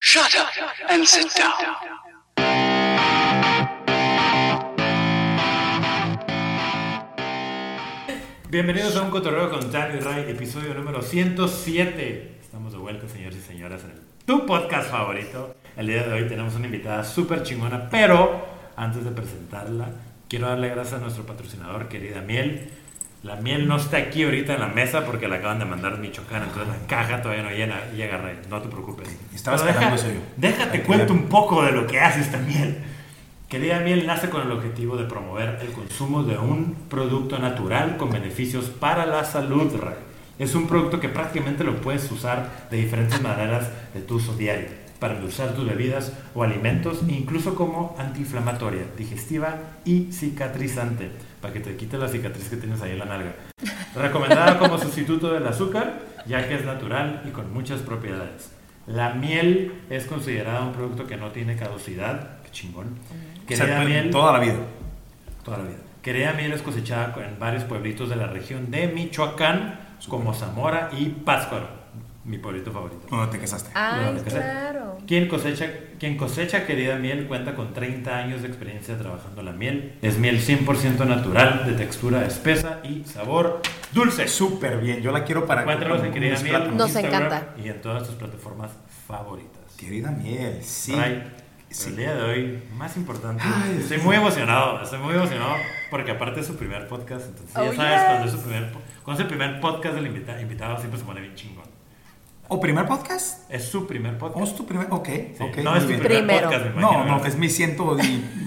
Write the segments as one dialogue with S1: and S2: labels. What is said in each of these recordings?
S1: Shut up and sit down.
S2: Bienvenidos a un cotorreo con Tan y Ray, episodio número 107. Estamos de vuelta, señores y señoras, en el- tu podcast favorito. El día de hoy tenemos una invitada súper chingona, pero antes de presentarla, quiero darle gracias a nuestro patrocinador, querida Miel. La miel no está aquí ahorita en la mesa porque la acaban de mandar de Michoacán, entonces la caja todavía no llena, llega, Ray, no te preocupes.
S3: Estaba
S2: Pero
S3: esperando
S2: deja-
S3: eso yo.
S2: Déjate
S3: Aquí
S2: cuento
S3: la-
S2: un poco de lo que hace esta miel. Querida Miel nace con el objetivo de promover el consumo de un producto natural con beneficios para la salud. Ray. Es un producto que prácticamente lo puedes usar de diferentes maneras de tu uso diario, para endulzar tus bebidas o alimentos, incluso como antiinflamatoria, digestiva y cicatrizante, para que te quite la cicatriz que tienes ahí en la nalga. Recomendada como sustituto del azúcar, ya que es natural y con muchas propiedades. La miel es considerada un producto que no tiene caducidad, qué chingón.
S3: O sea,
S2: Querida miel,
S3: Toda la vida.
S2: toda la vida. Querida miel es cosechada en varios pueblitos de la región de Michoacán, como Zamora y Pátzcuaro, mi pueblito favorito.
S3: Cuando te casaste.
S2: Lo
S4: Ay,
S2: van a casar.
S4: Ah, claro.
S2: Quien cosecha, quien cosecha querida miel cuenta con 30 años de experiencia trabajando la miel. Es miel 100% natural, de textura espesa y sabor dulce.
S3: Súper bien. Yo la quiero para
S2: Encuéntralos en
S3: con
S2: Querida
S3: mis
S2: Miel.
S3: plátanos.
S4: Nos encanta.
S2: Y en todas tus plataformas favoritas.
S3: Querida miel, sí.
S2: Ray,
S3: Sí.
S2: El día de hoy, más importante,
S3: Ay, Dios
S2: estoy
S3: mío.
S2: muy emocionado, estoy muy emocionado porque aparte es su primer podcast, entonces ya
S4: Oh,
S2: sabes,
S4: yes.
S2: cuando, es su primer, po- cuando es el primer podcast del invita- invitado siempre se pone bien chingón.
S3: ¿O primer podcast?
S2: Es su primer
S3: ¿O
S2: podcast.
S3: es tu primer? Ok,
S2: Sí,
S3: Oh, ok.
S2: no
S3: muy
S2: es tu
S3: bien.
S2: primer
S4: Primero.
S2: podcast, me
S3: No, pues,
S2: imagino,
S3: no, es mi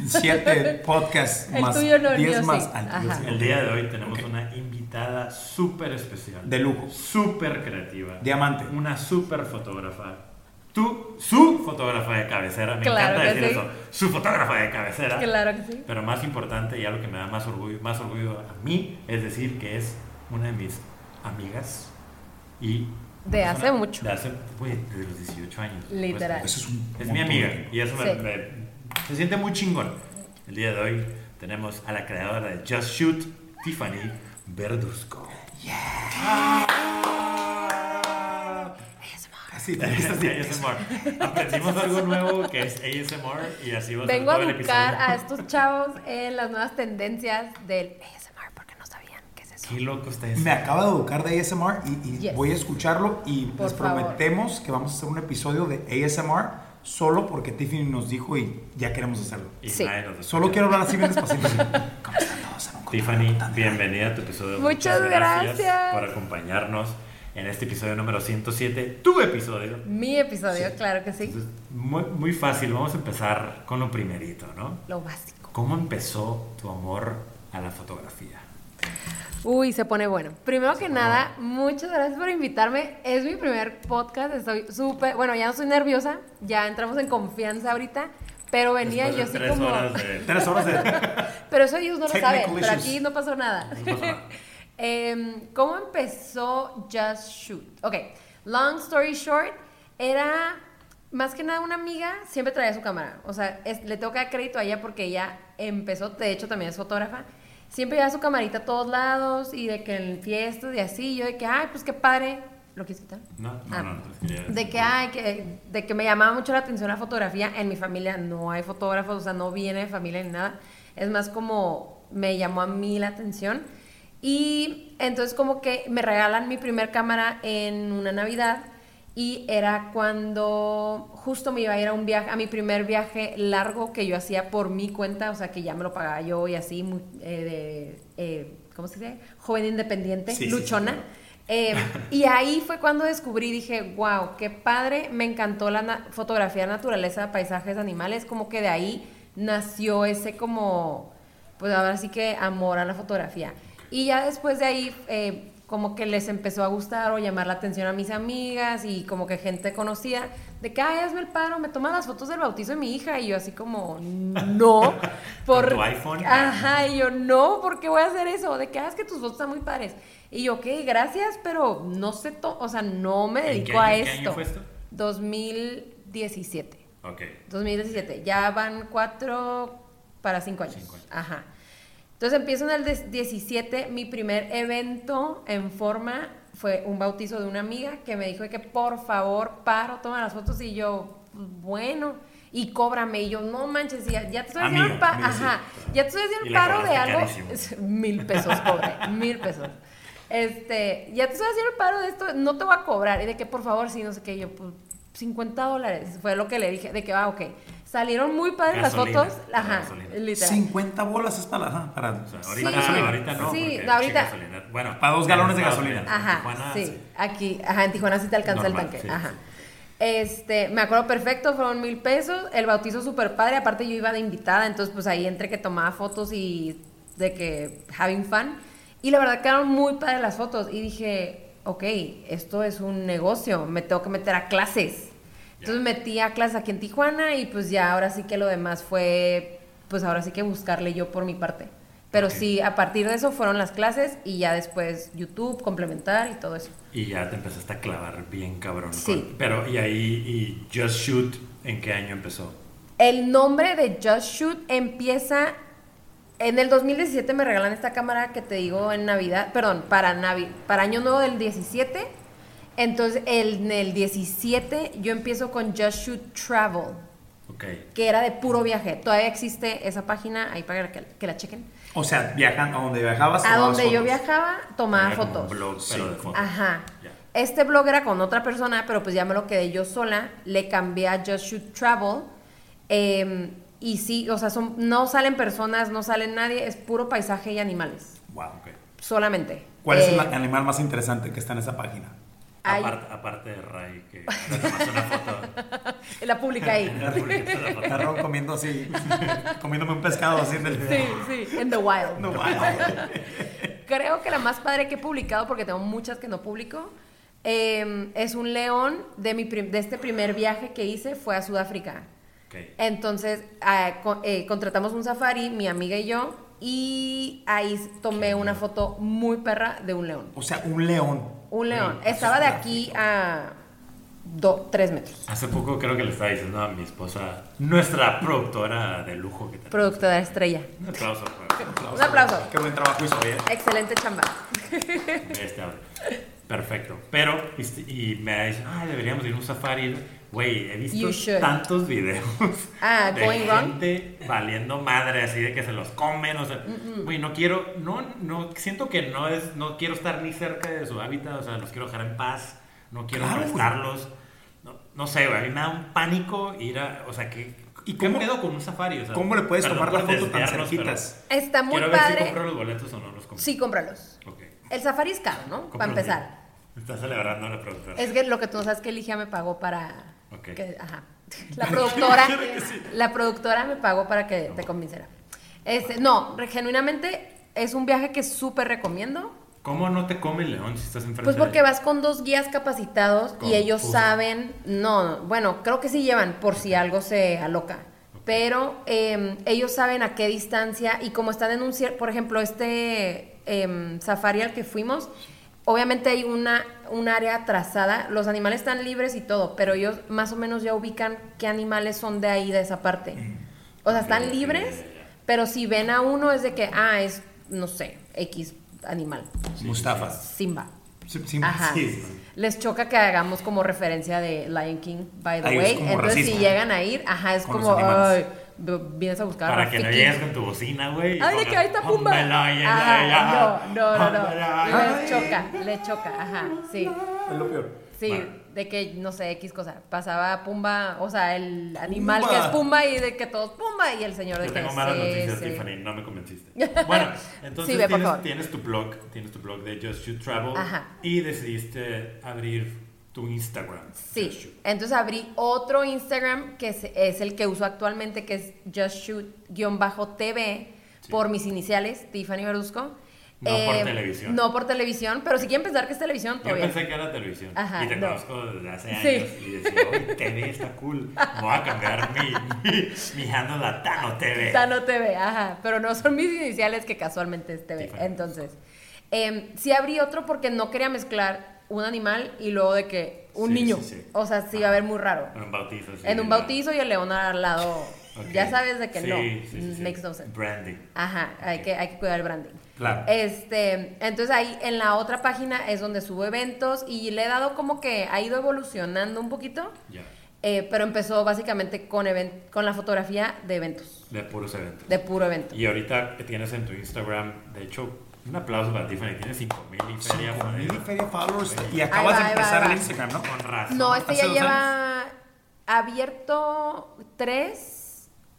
S3: 107 podcast
S4: El
S3: más
S4: tuyo no, el
S3: 10
S4: mío
S3: más.
S4: sí.
S3: Ah, el tuyo
S4: Ajá.
S3: sí.
S2: El día de hoy tenemos
S3: Ok.
S2: una invitada súper especial.
S3: De lujo.
S2: Súper creativa.
S3: Diamante.
S2: Una súper fotógrafa. Tú, su fotógrafa de cabecera. Me
S4: Claro
S2: encanta
S4: que
S2: decir
S4: sí.
S2: eso. Su fotógrafa de cabecera.
S4: Claro que sí.
S2: Pero más importante, y algo que me da más orgullo, más orgullo a mí, es decir que es una de mis amigas y...
S4: De
S2: una
S4: hace mucho.
S2: De hace, güey, desde los 18 años.
S4: Literal.
S2: Pues,
S3: Eso es un
S2: es
S3: montón
S2: mi
S3: de
S2: amiga
S3: tiempo.
S2: y eso me,
S4: Sí.
S2: me- se siente muy chingón. El día de hoy tenemos a la creadora de Just Shoot, Tiffany Verduzco.
S3: Así,
S2: ASMR. Aprendimos algo nuevo que es ASMR y así va a ser
S4: Vengo a
S2: todo el
S4: buscar
S2: episodio.
S4: a estos chavos en las nuevas tendencias del ASMR porque no sabían qué es eso.
S2: Qué loco está eso.
S3: Me acaba de educar de ASMR y, y
S4: Yes.
S3: voy a escucharlo y
S4: Por
S3: les
S4: favor.
S3: prometemos que vamos a hacer un episodio de ASMR solo porque Tiffany nos dijo y ya queremos hacerlo.
S2: Y
S4: Sí.
S2: nadie nos escucha.
S3: Solo quiero hablar así bien despacito. así. ¿Cómo están todos? En un contacto
S2: Tiffany,
S3: tan-
S2: bienvenida a tu episodio.
S4: Muchas gracias.
S2: por acompañarnos en este episodio número 107, tu episodio.
S4: Mi episodio, claro que sí.
S2: Entonces, muy, muy fácil, vamos a empezar con lo primerito, ¿no?
S4: Lo básico.
S2: ¿Cómo empezó tu amor a la fotografía?
S4: Uy, se pone bueno. Primero que nada, muchas gracias por invitarme. Es mi primer podcast. Estoy súper. Bueno, ya no soy nerviosa. Ya entramos en confianza ahorita. Pero venía
S2: Después de
S4: yo sí
S2: tres
S4: como.
S2: horas de-
S3: Tres horas de...
S4: Pero eso ellos no lo
S3: Technical
S4: saben. Pero
S3: issues.
S4: aquí no pasó nada. Em, ¿Cómo empezó Just Shoot? Ok, long story short, era más que nada una amiga, siempre traía su cámara. O sea, es- le tengo que dar crédito a ella porque ella empezó, de hecho también es fotógrafa. Siempre lleva su camarita a todos lados y de que en fiestas y así, yo de que, ay, pues qué padre. ¿Lo quieres quitar?
S2: No, no,
S4: Ah.
S2: no, no, es que ya-
S4: De que, ay, que, de que me llamaba mucho la atención la fotografía. En mi familia no hay fotógrafos, o sea, no viene de familia ni nada. Es más como me llamó a mí la atención. Y entonces como que me regalan mi primer cámara en una Navidad y era cuando justo me iba a ir a un viaje, a mi primer viaje largo que yo hacía por mi cuenta, o sea, que ya me lo pagaba yo y así, muy, eh, de, eh, ¿cómo se dice? Joven independiente,
S3: Sí, sí, sí,
S4: luchona.
S3: claro.
S4: Eh, y ahí fue cuando descubrí, dije, wow, qué padre, me encantó la na- fotografía, naturaleza, paisajes, animales, como que de ahí nació ese como, pues ahora sí que amor a la fotografía. Y ya después de ahí, eh, como que les empezó a gustar o llamar la atención a mis amigas y como que gente conocida, de que, ay, hazme el paro, me toman las fotos del bautizo de mi hija, y yo así como, no, por...
S2: tu iPhone?
S4: Ajá, y yo, no, ¿por qué voy a hacer eso? De que, ah, es que tus fotos están muy padres. Y yo, ok, gracias, pero no sé, to- o sea, no me
S2: ¿En
S4: dedico
S2: qué
S4: a
S2: año-
S4: esto.
S2: qué año fue esto?
S4: 2017.
S2: Ok.
S4: 2017. Ya van cuatro para cinco años.
S2: Cinco años.
S4: Ajá. Entonces empiezo en el des- 17, mi primer evento en forma fue un bautizo de una amiga que me dijo de que por favor paro, toma las fotos y yo, bueno, y cóbrame. Y yo, no manches, ya, ya te estoy haciendo
S2: Amiga,
S4: el paro.
S2: amiga, Ah, sí,
S4: Ajá,
S2: claro.
S4: ya te estoy
S2: Y
S4: haciendo el
S2: la
S4: paro de
S2: cobraste
S4: algo.
S2: carísimo.
S4: Mil pesos cobré, mil pesos. Este, ya te estoy haciendo el paro de esto, no te voy a cobrar. Y de que por favor, sí, no sé qué, yo, pues 50 dólares. Fue lo que le dije, de que va, ok. Salieron muy padres
S2: Gasolina,
S4: las fotos. Ajá,
S2: gasolina.
S4: literal.
S3: 50 bolas es para, ajá, para
S2: O sea,
S4: Sí.
S2: ahorita, ahorita no.
S4: Sí,
S2: porque,
S4: ahorita-
S2: sí, gasolina. Bueno,
S3: Para dos galones de
S2: en
S3: gasolina.
S2: Estados Unidos,
S4: Ajá,
S2: en Tijuana,
S4: sí, aquí, ajá, en Tijuana sí te alcanza
S2: Normal,
S4: el tanque,
S2: sí,
S4: ajá.
S2: sí.
S4: Este, me acuerdo perfecto, fueron mil pesos, el bautizo super padre, aparte yo iba de invitada, entonces pues ahí entre que tomaba fotos y de que having fun, y la verdad quedaron muy padres las fotos, y dije, ok, esto es un negocio, me tengo que meter a clases. Entonces metí a clases aquí en Tijuana y pues ya ahora sí que lo demás fue, pues ahora sí que buscarle yo por mi parte. Pero
S2: Ok.
S4: sí, a partir de eso fueron las clases y ya después YouTube, complementar y todo eso.
S2: Y ya te empezaste a clavar bien cabrón.
S4: Sí.
S2: con- pero, y ahí, y Just Shoot, ¿en qué año empezó?
S4: El nombre de Just Shoot empieza en el 2017 me regalan esta cámara que te digo en Navidad, perdón, para Navi, para año nuevo del 17. Entonces, el- en el 17 yo empiezo con Just Shoot Travel,
S2: Ok.
S4: que era de puro viaje. Todavía existe esa página ahí para que, que la chequen.
S3: O sea, viajan a donde viajabas.
S4: A
S3: tomabas
S4: donde yo
S3: fotos.
S4: viajaba, tomaba
S2: Era como
S4: fotos.
S2: Un blog, pero
S3: Sí.
S2: de fotos.
S4: Ajá.
S2: Ya.
S4: Este blog era con otra persona, pero pues ya me lo quedé yo sola. Le cambié a Just Shoot Travel. eh, y sí, o sea, son- no salen personas, no salen nadie, es puro paisaje y animales.
S3: Wow.
S2: Ok.
S4: Solamente.
S3: ¿Cuál es
S4: Eh,
S3: el animal más interesante que está en esa página?
S4: hay-
S2: Aparte, aparte de Ray, que ahora nomás una foto.
S4: La publica ahí.
S2: Era porque toda la foto-
S3: Perro comiendo así, comiéndome un pescado así en el...
S4: Sí, sí, en The Wild.
S3: No, wow.
S4: Creo que la más padre que he publicado, porque tengo muchas que no publico, eh, es un león de, mi prim- de este primer viaje que hice, fue a Sudáfrica.
S2: Ok.
S4: Entonces ah, co- eh, contratamos un safari, mi amiga y yo, y ahí s- tomé una foto muy perra de un león.
S3: O sea, un león.
S4: Un león.
S3: Sí,
S4: Estaba de
S3: eso es
S4: aquí a do- tres metros.
S2: Hace poco creo que le estaba diciendo a mi esposa, nuestra productora de lujo que tenemos.
S4: Productora estrella.
S2: Un aplauso para
S4: Un aplauso.
S3: Qué buen trabajo hizo ella.
S4: Excelente chamba.
S2: este hombre. Perfecto. Pero, este, y me dice, ah, deberíamos ir a un safari. Güey, he
S4: You
S2: visto
S4: should.
S2: tantos videos
S4: Ah,
S2: de
S4: going wrong.
S2: gente valiendo madre, así de que se los comen. O sea, güey, no quiero, no, no, siento que no es, no quiero estar ni cerca de su hábitat, o sea, los quiero dejar en paz, no quiero
S3: Claro, güey.
S2: molestarlos. No, no sé, güey, a mí me da un pánico ir a, o sea, que.
S3: ¿Y
S2: ¿Y qué
S3: cómo-
S2: pedo con un safari? O sea,
S3: ¿Cómo le puedes
S2: perdón
S3: tomar la
S2: por
S3: foto tan
S2: desviarnos, pero
S3: cerquitas?
S4: Está muy
S2: Quiero ver si
S4: padre.
S2: compro los boletos o no los compro.
S4: Sí, cómpralos.
S2: Ok.
S4: El safari es caro, ¿no? Para
S2: Cómpralo.
S4: empezar.
S2: Está celebrando la productora.
S4: Es que lo que tú no sabes es que Ligia me pagó para.
S2: Ok.
S4: que- ajá. La productora,
S2: Quiere que sí.
S4: la productora me pagó para que te convenciera. Este, no, re- genuinamente es un viaje que súper recomiendo.
S2: ¿Cómo no te come el león si estás enfrente?
S4: Pues porque
S2: de-
S4: vas con dos guías capacitados
S2: Con
S4: y ellos
S2: puta.
S4: saben, no, no, bueno, creo que sí llevan por si algo se aloca, pero eh, ellos saben a qué distancia y como están en un cierto, por ejemplo, este eh, safari al que fuimos, obviamente hay una, un área trazada, los animales están libres y todo, pero ellos más o menos ya ubican qué animales son de ahí, de esa parte. O sea,
S2: Mm. Ok,
S4: están
S2: ok,
S4: libres,
S2: ya, ya, ya.
S4: pero si ven a uno es de que, ah, es, no sé, X animal,
S3: Mustafa.
S4: Simba.
S3: Sí, sí,
S4: Ajá.
S3: sí, sí.
S4: Les choca que hagamos como referencia de Lion King, by the
S3: Ahí es
S4: way.
S3: como
S4: Entonces,
S3: racismo.
S4: si llegan a ir, ajá, es
S3: Con los
S4: como, ay,
S3: animales.
S4: v- vienes a buscar a
S2: Para que no
S4: Rafiki.
S2: llegues con tu bocina, güey. y
S4: Ay, de
S2: pongas,
S4: que ahí está Pumba.
S2: "Pónmelo ahí,
S4: Ajá,
S2: ya, ya,
S4: no, no, no,
S2: pónmelo
S4: no.
S2: ahí".
S4: Les choca, les choca, ajá, sí.
S3: Es lo peor.
S4: Sí,
S2: Bueno.
S4: de que, no sé, X cosa. Pasaba Pumba, o sea, el animal
S3: Pumba.
S4: que es Pumba y de que todos Pumba y el señor de
S2: Yo
S4: que
S2: tengo malas
S4: sí,
S2: noticias,
S4: sí.
S2: Tiffany, no me convenciste. Bueno, entonces
S4: Sí, ve, por
S2: tienes,
S4: favor.
S2: tienes tu blog, tienes tu blog de Just Shoot Travel
S4: Ajá.
S2: y decidiste abrir tu Instagram. Just
S4: Sí,
S2: Shoot.
S4: entonces abrí otro Instagram que es, es el que uso actualmente, que es Just Shoot-TV
S2: Sí.
S4: por mis iniciales, Tiffany Verduzco. Eh,
S2: No por televisión.
S4: No por televisión, pero si quieren pensar que es televisión,
S2: Yo
S4: todavía.
S2: pensé que era televisión
S4: Ajá,
S2: y te
S4: no.
S2: conozco desde hace
S4: Sí.
S2: años y decía, "Oye, TV está cool, voy a cambiar mi, mi, mi handle a Tano TV.
S4: Tano TV, ajá, pero no son mis iniciales que casualmente es TV.
S2: Tiffany.
S4: Entonces, em, sí abrí otro porque no quería mezclar un animal y luego de que un
S2: Sí,
S4: niño.
S2: sí, sí.
S4: O sea, sí iba a ver muy raro.
S2: En un bautizo. sí,
S4: En un
S2: ¿no?
S4: bautizo y el león al lado
S2: Ok.
S4: ya sabes de que
S2: Sí,
S4: no.
S2: sí, sí, sí.
S4: Makes no sense.
S2: Brandy.
S4: Ajá, hay
S2: Ok.
S4: que, hay que cuidar el branding.
S2: Claro.
S4: Este, entonces ahí en la otra página es donde subo eventos y le he dado como que ha ido evolucionando un poquito,
S2: Ya.
S4: eh, pero empezó básicamente con, even- con la fotografía de eventos,
S2: De puros eventos.
S4: de puro evento.
S2: Y ahorita que tienes en tu Instagram, de hecho, un aplauso para Tiffany, tienes 5000 y feria.
S3: Cinco mil
S2: madre.
S3: feria followers.
S2: Güey.
S3: Y acabas
S4: va,
S3: de
S4: ahí va,
S3: empezar
S4: ahí
S3: el
S4: va.
S3: Instagram, ¿no?
S2: Con razón.
S4: No, este
S3: Hace
S4: ya
S3: dos
S4: lleva abierto tres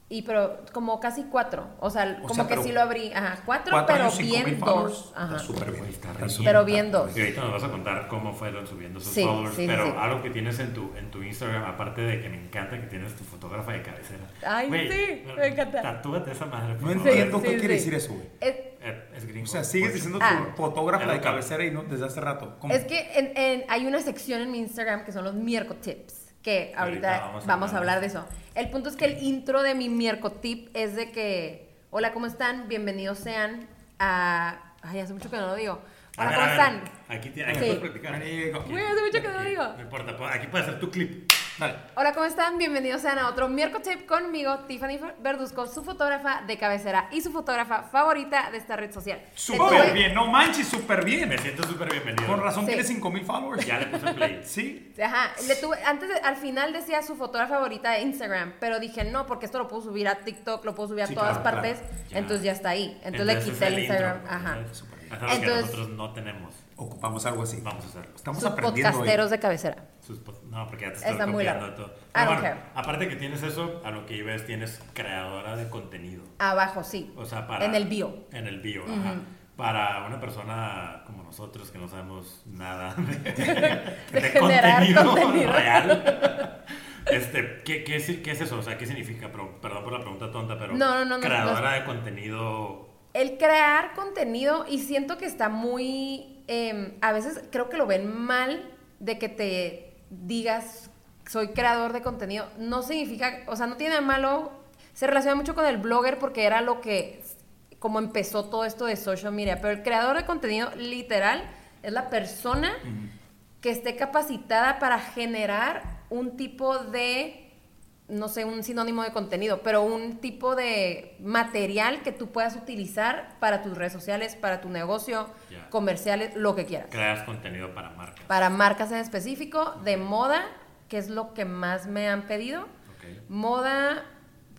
S4: y pero como casi cuatro, o sea,
S3: O
S4: como
S3: sea,
S4: que
S3: pero
S4: sí lo abrí, ajá, cuatro,
S3: Cuatro
S4: pero
S3: años, cinco mil
S4: bien
S3: followers.
S4: dos, ajá.
S3: Está súper bien.
S2: Está
S3: está
S2: re
S3: súper
S4: Pero
S3: bien.
S4: bien dos.
S2: Y ahorita nos vas a contar cómo fueron subiendo sus
S4: Sí,
S2: followers,
S4: sí, sí,
S2: pero
S4: sí.
S2: algo que tienes en tu, en tu Instagram, aparte de que me encanta que tienes tu fotógrafa de cabecera.
S4: Ay,
S2: Güey,
S4: sí, me encanta.
S2: Tatúate esa madre. por
S3: No
S2: favor.
S3: entiendo
S4: sí,
S3: qué
S4: sí.
S3: quiere decir eso, güey.
S4: Es-
S2: Eh, Es gringo.
S3: O sea, sigues diciendo
S4: Ah.
S3: tu fotógrafa
S2: Ya lo
S3: de
S2: acabo.
S3: cabecera y no desde hace rato. ¿Cómo?
S4: Es que en- en- hay una sección en mi Instagram que son los miércotips, que
S2: Ahorita
S4: ahorita,
S2: vamos
S4: vamos,
S2: a
S4: a
S2: hablar
S4: hablar
S2: de
S4: de eso. El punto es que el intro de mi miércotip es de que, hola, ¿cómo están? Bienvenidos sean a... Ay, hace mucho que no lo digo.
S2: A
S4: Hola,
S2: ver,
S4: ¿cómo
S2: a ver,
S4: están?
S2: Aquí, ti- aquí
S4: Ah, Sí.
S2: puedes practicar.
S3: Amigo.
S2: Aquí,
S4: Güey, hace mucho que no
S2: aquí.
S4: digo.
S2: No importa, pon- aquí puedes hacer tu clip.
S3: Dale.
S4: Hola, ¿cómo están? Bienvenidos sean a otro miércotip conmigo, Tiffany Verduzco, su fotógrafa de cabecera y su fotógrafa favorita de esta red social. Le
S3: Súper
S4: tuve-
S3: bien, no manches, súper bien.
S2: Me siento súper bienvenido.
S3: Con razón
S4: Sí.
S3: tiene 5000 followers.
S2: Ya le puse play.
S3: Sí.
S4: Ajá, le tuve, antes, de- al final decía su fotógrafa favorita de Instagram, pero dije no, porque esto lo puedo subir a TikTok, lo puedo subir a
S3: Sí,
S4: todas
S3: claro,
S4: partes,
S2: claro, ya.
S4: entonces ya está ahí. Entonces, le quité
S2: es
S4: el Instagram.
S2: intro,
S4: Ajá.
S2: ¿no? Súper bien. Ajá, lo que
S4: Entonces-
S2: nosotros no tenemos.
S3: Ocupamos algo así.
S2: Vamos a hacerlo.
S3: Estamos
S4: Sus
S3: aprendiendo. hoy.
S4: podcasteros de cabecera.
S2: Sus pod- no, porque ya te estoy
S4: Está muy
S2: copiando
S4: largo.
S2: todo.
S4: I
S2: Pero
S4: don't
S2: bueno,
S4: care.
S2: aparte que tienes eso, a lo que ibas tienes creadora de contenido.
S4: Abajo, sí.
S2: O sea, para...
S4: En el bio.
S2: En el bio, ajá. Para una persona como nosotros que no sabemos nada de, de
S4: De generar contenido.
S2: real. Este, ¿qué, qué, es, qué es eso? O sea, ¿qué significa? Pero, perdón por la pregunta tonta, pero...
S4: No, no, no, no,
S2: Creadora
S4: no.
S2: de contenido...
S4: El crear contenido y siento que está muy... eh, a veces creo que lo ven mal de que te digas soy creador de contenido. No significa, o sea, no tiene de malo. Se relaciona mucho con el blogger porque era lo que, como empezó todo esto de social media. Pero el creador de contenido literal es la persona que esté capacitada para generar un tipo de, no sé, un sinónimo de contenido, pero un tipo de material que tú puedas utilizar para tus redes sociales, para tu negocio,
S2: Ya.
S4: comerciales, lo que quieras.
S2: Creas contenido para marcas.
S4: Para marcas en específico, de moda, que es lo que más me han pedido.
S2: Ok.
S4: Moda,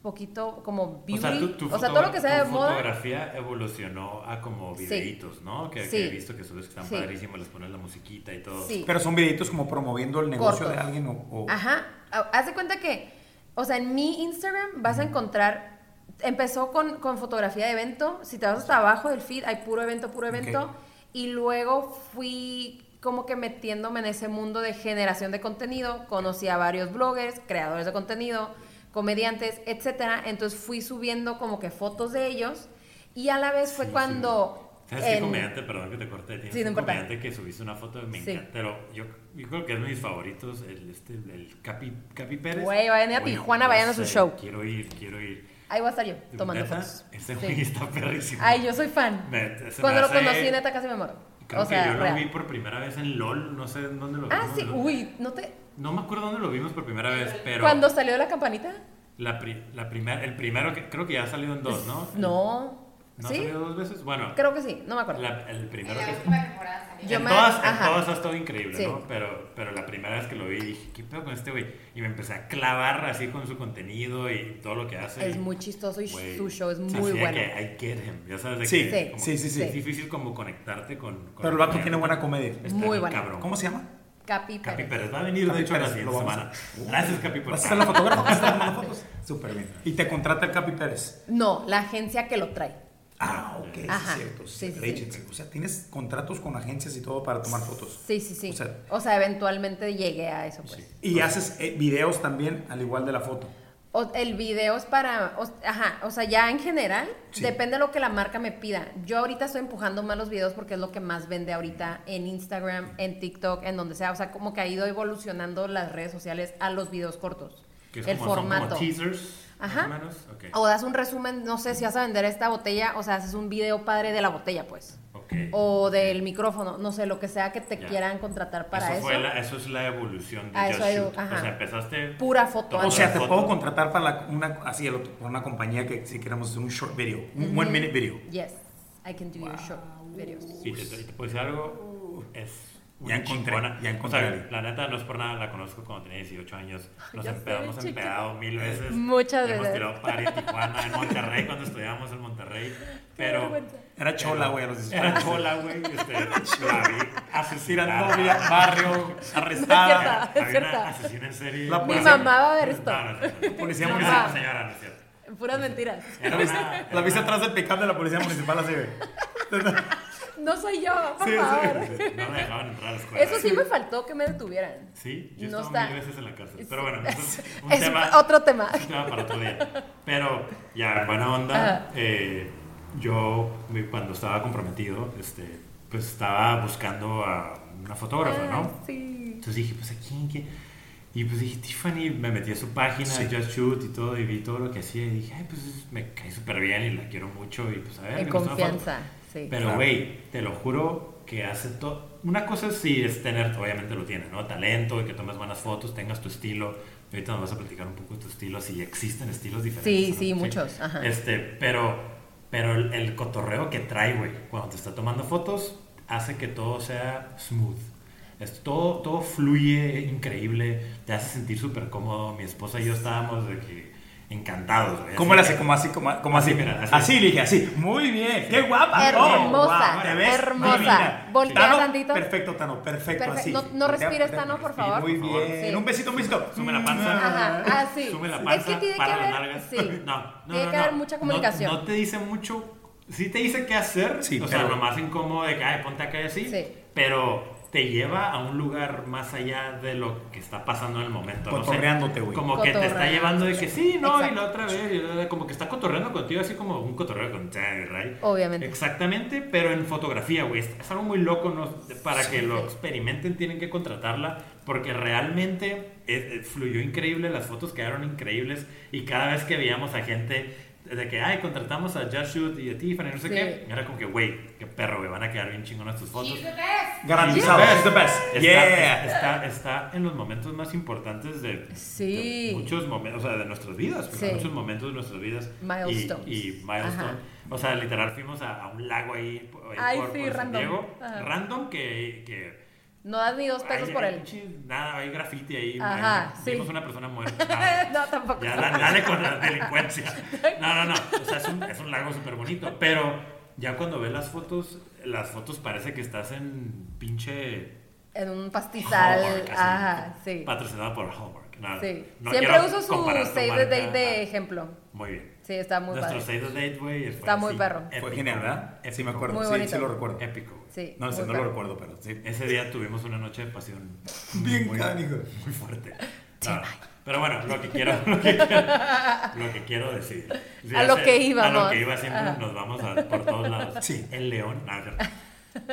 S4: poquito como beauty, o sea,
S2: tu- tu
S4: todo
S2: foto-
S4: lo que sea de
S2: tu
S4: moda.
S2: fotografía evolucionó a como
S4: Sí.
S2: videitos, ¿no? Que, que
S4: Sí.
S2: he visto que subes que están
S4: Sí.
S2: padrísimos, les pones la musiquita y todo.
S4: Sí.
S3: Pero son videitos como promoviendo el negocio
S4: Cortos.
S3: de alguien o. o-
S4: Ajá. Ah, Haz de cuenta que, o sea, en mi Instagram vas a encontrar. Empezó con, con fotografía de evento. Si te vas hasta abajo del feed, hay puro evento, puro evento.
S3: Ok.
S4: Y luego fui como que metiéndome en ese mundo de generación de contenido. Conocí a varios bloggers, creadores de contenido, comediantes, etcétera. Entonces fui subiendo como que fotos de ellos. Y a la vez fue cuando.
S2: ¿Sabes qué
S4: en-
S2: comediante? Perdón que te corté. Tienes
S4: Sí, no
S2: un
S4: importa.
S2: comediante que subiste una foto de me
S4: Sí.
S2: encanta. Pero yo, yo creo que es de mis favoritos, el, este, el Capi, Capi Pérez.
S4: Güey, vayan a Tijuana,
S2: yo
S4: vayan a su
S2: sé,
S4: show.
S2: Quiero ir, quiero ir.
S4: Ahí voy a estar yo tomando
S2: Neta,
S4: fotos.
S2: Ese
S4: Sí.
S2: güey está perrísimo.
S4: Ay, yo soy fan.
S2: Me- se me
S4: Cuando lo
S2: hace-
S4: conocí, neta, casi me muero.
S2: Creo
S4: o sea,
S2: que yo lo
S4: real.
S2: vi por primera vez en LOL, no sé en dónde lo
S4: Ah,
S2: vimos,
S4: sí,
S2: ¿no?
S4: uy, ¿no te...?
S2: No me acuerdo dónde lo vimos por primera vez, pero...
S4: ¿Cuando salió la campanita?
S2: La, pri- la primer- el primero que creo que ya ha salido en dos, ¿no?
S4: No.
S2: ¿No ha
S4: ¿Sí?
S2: salido dos veces? Bueno,
S4: Creo que sí, no me acuerdo.
S2: la- el primero
S5: En la
S2: que.
S5: última temporada salió.
S4: Yo
S2: en,
S4: me-
S2: todas, en
S4: ajá.
S2: todas ha estado increíble,
S4: Sí.
S2: ¿no? Pero, pero la primera vez que lo vi dije, ¿qué pedo con este güey? Y me empecé a clavar así con su contenido y todo lo que hace.
S4: Es
S2: y,
S4: muy chistoso y
S2: güey,
S4: su show es
S2: sí,
S4: muy
S2: sí, de
S4: bueno.
S2: que I get him, ya sabes de
S3: Sí,
S2: que
S4: sí,
S2: como-
S3: sí, sí, sí.
S2: Es difícil como conectarte con. con
S3: Pero el vato tiene buena comedia.
S2: Está
S4: Muy
S2: bien
S4: buena.
S2: Cabrón.
S3: ¿Cómo se llama?
S4: Capi
S2: Capi
S4: Pérez.
S2: Pérez va a venir,
S3: Capi
S2: de hecho, la
S3: Pérez,
S2: siguiente
S3: lo vamos
S2: semana.
S3: a-
S2: Gracias, Capi
S3: ¿Vas a
S2: Pérez.
S3: ser la fotógrafa? ¿Vas a estar tomando fotos? Súper bien. Y te contrata el Capi Pérez.
S4: No, la agencia que lo trae.
S3: Ah, ok, sí,
S4: Ajá.
S3: es cierto.
S4: Sí, sí,
S3: el
S4: sí.
S3: agency. O sea, tienes contratos con agencias y todo para tomar fotos.
S4: Sí, sí, sí.
S3: O sea-
S4: eventualmente llegué a eso, pues.
S3: Y haces eh, videos también, al igual de la foto.
S4: O- el video es para, o, ajá, o sea, ya en general,
S3: Sí.
S4: depende de lo que la marca me pida. Yo ahorita estoy empujando más los videos porque es lo que más vende ahorita en Instagram, en TikTok, en donde sea. O sea, como que ha ido evolucionando las redes sociales a los videos cortos.
S2: Que es
S4: el
S2: como- son como
S4: formato.
S2: teasers,
S4: Ajá.
S2: más o menos. Ok.
S4: O das un resumen, no sé si vas a vender esta botella, o sea, haces un video padre de la botella, pues.
S2: Ok.
S4: o del micrófono, no sé, lo que sea que te
S2: Ya.
S4: quieran contratar para
S2: eso,
S4: eso.
S2: fue la- eso es la evolución de
S4: Ah,
S2: Just
S4: eso ha ido-
S2: Shoot. O
S4: ajá.
S2: sea, empezaste...
S4: Pura foto.
S2: tomando
S3: O sea,
S2: la
S3: te
S2: foto.
S3: puedo contratar para la- una, así, el otro- para una compañía que si queremos hacer un short video, un one minute video.
S4: Yes, I can do your short videos.
S2: Y te, te- te puedo decir algo, es
S3: Ya
S2: una
S3: encontré,
S2: chingona.
S3: ya encontré.
S2: O sea, la neta no es por nada, la conozco cuando tenía 18 años. Nos
S4: Ya
S2: empe-
S4: estoy
S2: hemos
S4: chiquita.
S2: empedado mil veces.
S4: Muchas
S2: Hemos
S4: veces.
S2: tirado party en Tijuana, en Monterrey, cuando estudiábamos en Monterrey. Pero
S4: vergüenza.
S3: Era chola, güey, a los
S2: era
S3: 18.
S2: chola, güey. Este, la vi
S3: Tirando
S2: asesinada.
S3: vía, barrio, arrestada.
S4: Es
S2: Había
S4: cierto.
S2: una asesina en serie.
S3: La
S4: Mi
S3: Pues,
S4: mamá va a ver esto.
S2: No, no, no, no.
S3: Policía
S2: No,
S3: municipal.
S2: no, señora, no es cierto.
S4: Puras mentiras.
S2: Era una-
S3: La viste
S2: era
S3: atrás del picante de la policía municipal así, güey.
S4: No soy yo, por
S3: Sí, sí.
S4: favor.
S2: una- No me dejaban entrar a la escuela.
S4: Eso sí me faltó que me detuvieran.
S2: Sí, yo
S4: No
S2: estaba
S4: está.
S2: mil veces en la cárcel. Pero bueno,
S4: es,
S2: eso es un
S4: es
S2: tema,
S4: otro tema.
S2: es un tema para otro día. Pero ya, buena onda.
S4: Ajá.
S2: eh, yo, mi- cuando estaba comprometido, este, pues estaba buscando a una fotógrafa,
S4: Ah,
S2: ¿no?
S4: Sí.
S2: Entonces dije, pues aquí, quién? quién? Y pues dije, Tiffany, me metí a su página,
S3: Sí.
S2: Just Shoot y todo, y vi todo lo que hacía. Y dije, ay, pues me cae súper bien y la quiero mucho. Y pues a ver,
S4: En
S2: me gusta una foto.
S4: confianza, sí.
S2: Pero,
S3: Claro.
S2: güey, te lo juro que hace todo. Una cosa sí es tener, obviamente lo tienes, ¿no? Talento y que tomes buenas fotos, tengas tu estilo. Y ahorita nos vas a platicar un poco de tu estilo, si existen estilos diferentes.
S4: Sí,
S2: ¿no?
S4: sí, muchos, ajá.
S2: Este, pero, pero el, el cotorreo que trae, güey, cuando te está tomando fotos, hace que todo sea smooth. Es, todo, todo fluye increíble, te hace sentir súper cómodo. Mi esposa y yo estábamos de que encantados, güey.
S3: ¿Cómo
S2: Así
S3: le
S2: que-
S3: hace? Como así, como, como así.
S2: Así, mira, así.
S3: así. le dije, así. Muy bien. Qué guapa.
S4: Hermosa,
S3: guau, ¿te ves?
S4: hermosa.
S3: Divina.
S4: Voltea
S3: Tano,
S4: tantito.
S3: Perfecto, Tano. Perfecto,
S4: Perfecto.
S3: así.
S4: No- no
S3: Voltea,
S4: respires,
S3: voltea,
S4: Tano, por
S3: respira.
S4: favor.
S3: Muy
S2: Por
S3: bien.
S4: Sí.
S3: Un besito, un besito.
S2: Sube la panza.
S4: Ajá, ah, sí.
S2: Sube la
S4: Es
S2: panza,
S4: que tiene que
S2: para las
S4: haber-
S2: nalgas.
S4: sí.
S2: No, no,
S4: Tiene
S2: no,
S4: que
S2: no.
S4: haber mucha
S2: No-
S4: comunicación.
S2: No, te dice mucho. Sí te dice qué hacer.
S3: Sí,
S2: o sea,
S3: pero-
S2: nomás incómodo de que, ay, ponte acá y así.
S4: Sí.
S2: Pero te lleva a un lugar más allá de lo que está pasando en el momento. no sé.
S3: Cotorreándote, güey.
S2: Como que te está
S4: Cotorreando.
S2: llevando de que sí, no, y la
S4: Exacto.
S2: otra vez. y la- la- como que está cotorreando contigo, así como un cotorreo con Terry, right?
S4: Obviamente.
S2: Exactamente, pero en fotografía, güey. Es, es algo muy loco. ¿no? Para que lo experimenten, tienen que contratarla. Porque realmente eh, eh, fluyó increíble. Las fotos quedaron increíbles. Y cada vez que veíamos a gente de que, ay, contratamos a Just Shoot y a Tiffany, no sé
S4: Sí.
S2: qué. Era como que, güey, qué perro, güey. Van a quedar bien chingonas tus fotos.
S3: Garantizado.
S2: She's
S3: It's the best.
S2: Está,
S3: Yeah.
S2: está, está en los momentos más importantes de,
S4: Sí.
S2: de muchos momentos, o sea, de nuestras vidas, porque
S4: Sí.
S2: muchos momentos de nuestras vidas. Y-
S4: Milestones.
S2: Y, milestone.
S4: Ajá.
S2: O sea, literal fuimos a, a un lago ahí, ahí
S4: Ay,
S2: por,
S4: sí,
S2: por San
S4: random.
S2: Diego,
S4: Ajá.
S2: random que... que
S4: No das ni dos pesos
S2: hay-
S4: por
S2: hay
S4: él.
S2: pinche- Nada, hay graffiti ahí.
S4: Ajá,
S2: ahí
S4: sí.
S2: Vimos una persona muerta. nada.
S4: no, tampoco.
S2: Ya, da- dale con la delincuencia. No, no, no. O sea, es un, es un lago súper bonito. Pero ya cuando ves las fotos, las fotos parece que estás en pinche.
S4: En un pastizal.
S2: Hallmark, así,
S4: Ajá, sí.
S2: Patrocinado por Hallmark. No,
S4: sí.
S2: no
S4: Siempre
S2: quiero
S4: uso su
S2: comparar tu
S4: save the
S2: marca.
S4: date de ejemplo.
S2: Muy bien.
S4: Sí, está muy
S2: Nuestro
S4: padre.
S2: save the date, güey. fue
S4: Está muy
S2: así,
S4: perro.
S3: Fue
S2: épico,
S3: genial, ¿verdad?
S2: güey.
S3: Sí, me acuerdo.
S4: Muy
S3: sí, sí,
S4: bonito.
S3: lo recuerdo.
S2: Épico, güey.
S4: Sí.
S3: No, sé,
S4: muy
S3: no lo
S4: padre.
S3: recuerdo, pero sí.
S2: Ese día tuvimos una noche de pasión
S3: Bien cánico.
S2: muy fuerte. No, pero bueno, lo que quiero, lo que quiero, lo que quiero decir. Sí,
S4: A lo
S2: hace-
S4: que
S2: A lo
S4: íbamos. Ah.
S2: que iba siempre
S4: Ajá.
S2: nos vamos a- por todos lados.
S3: Sí.
S2: El león, no, es verdad.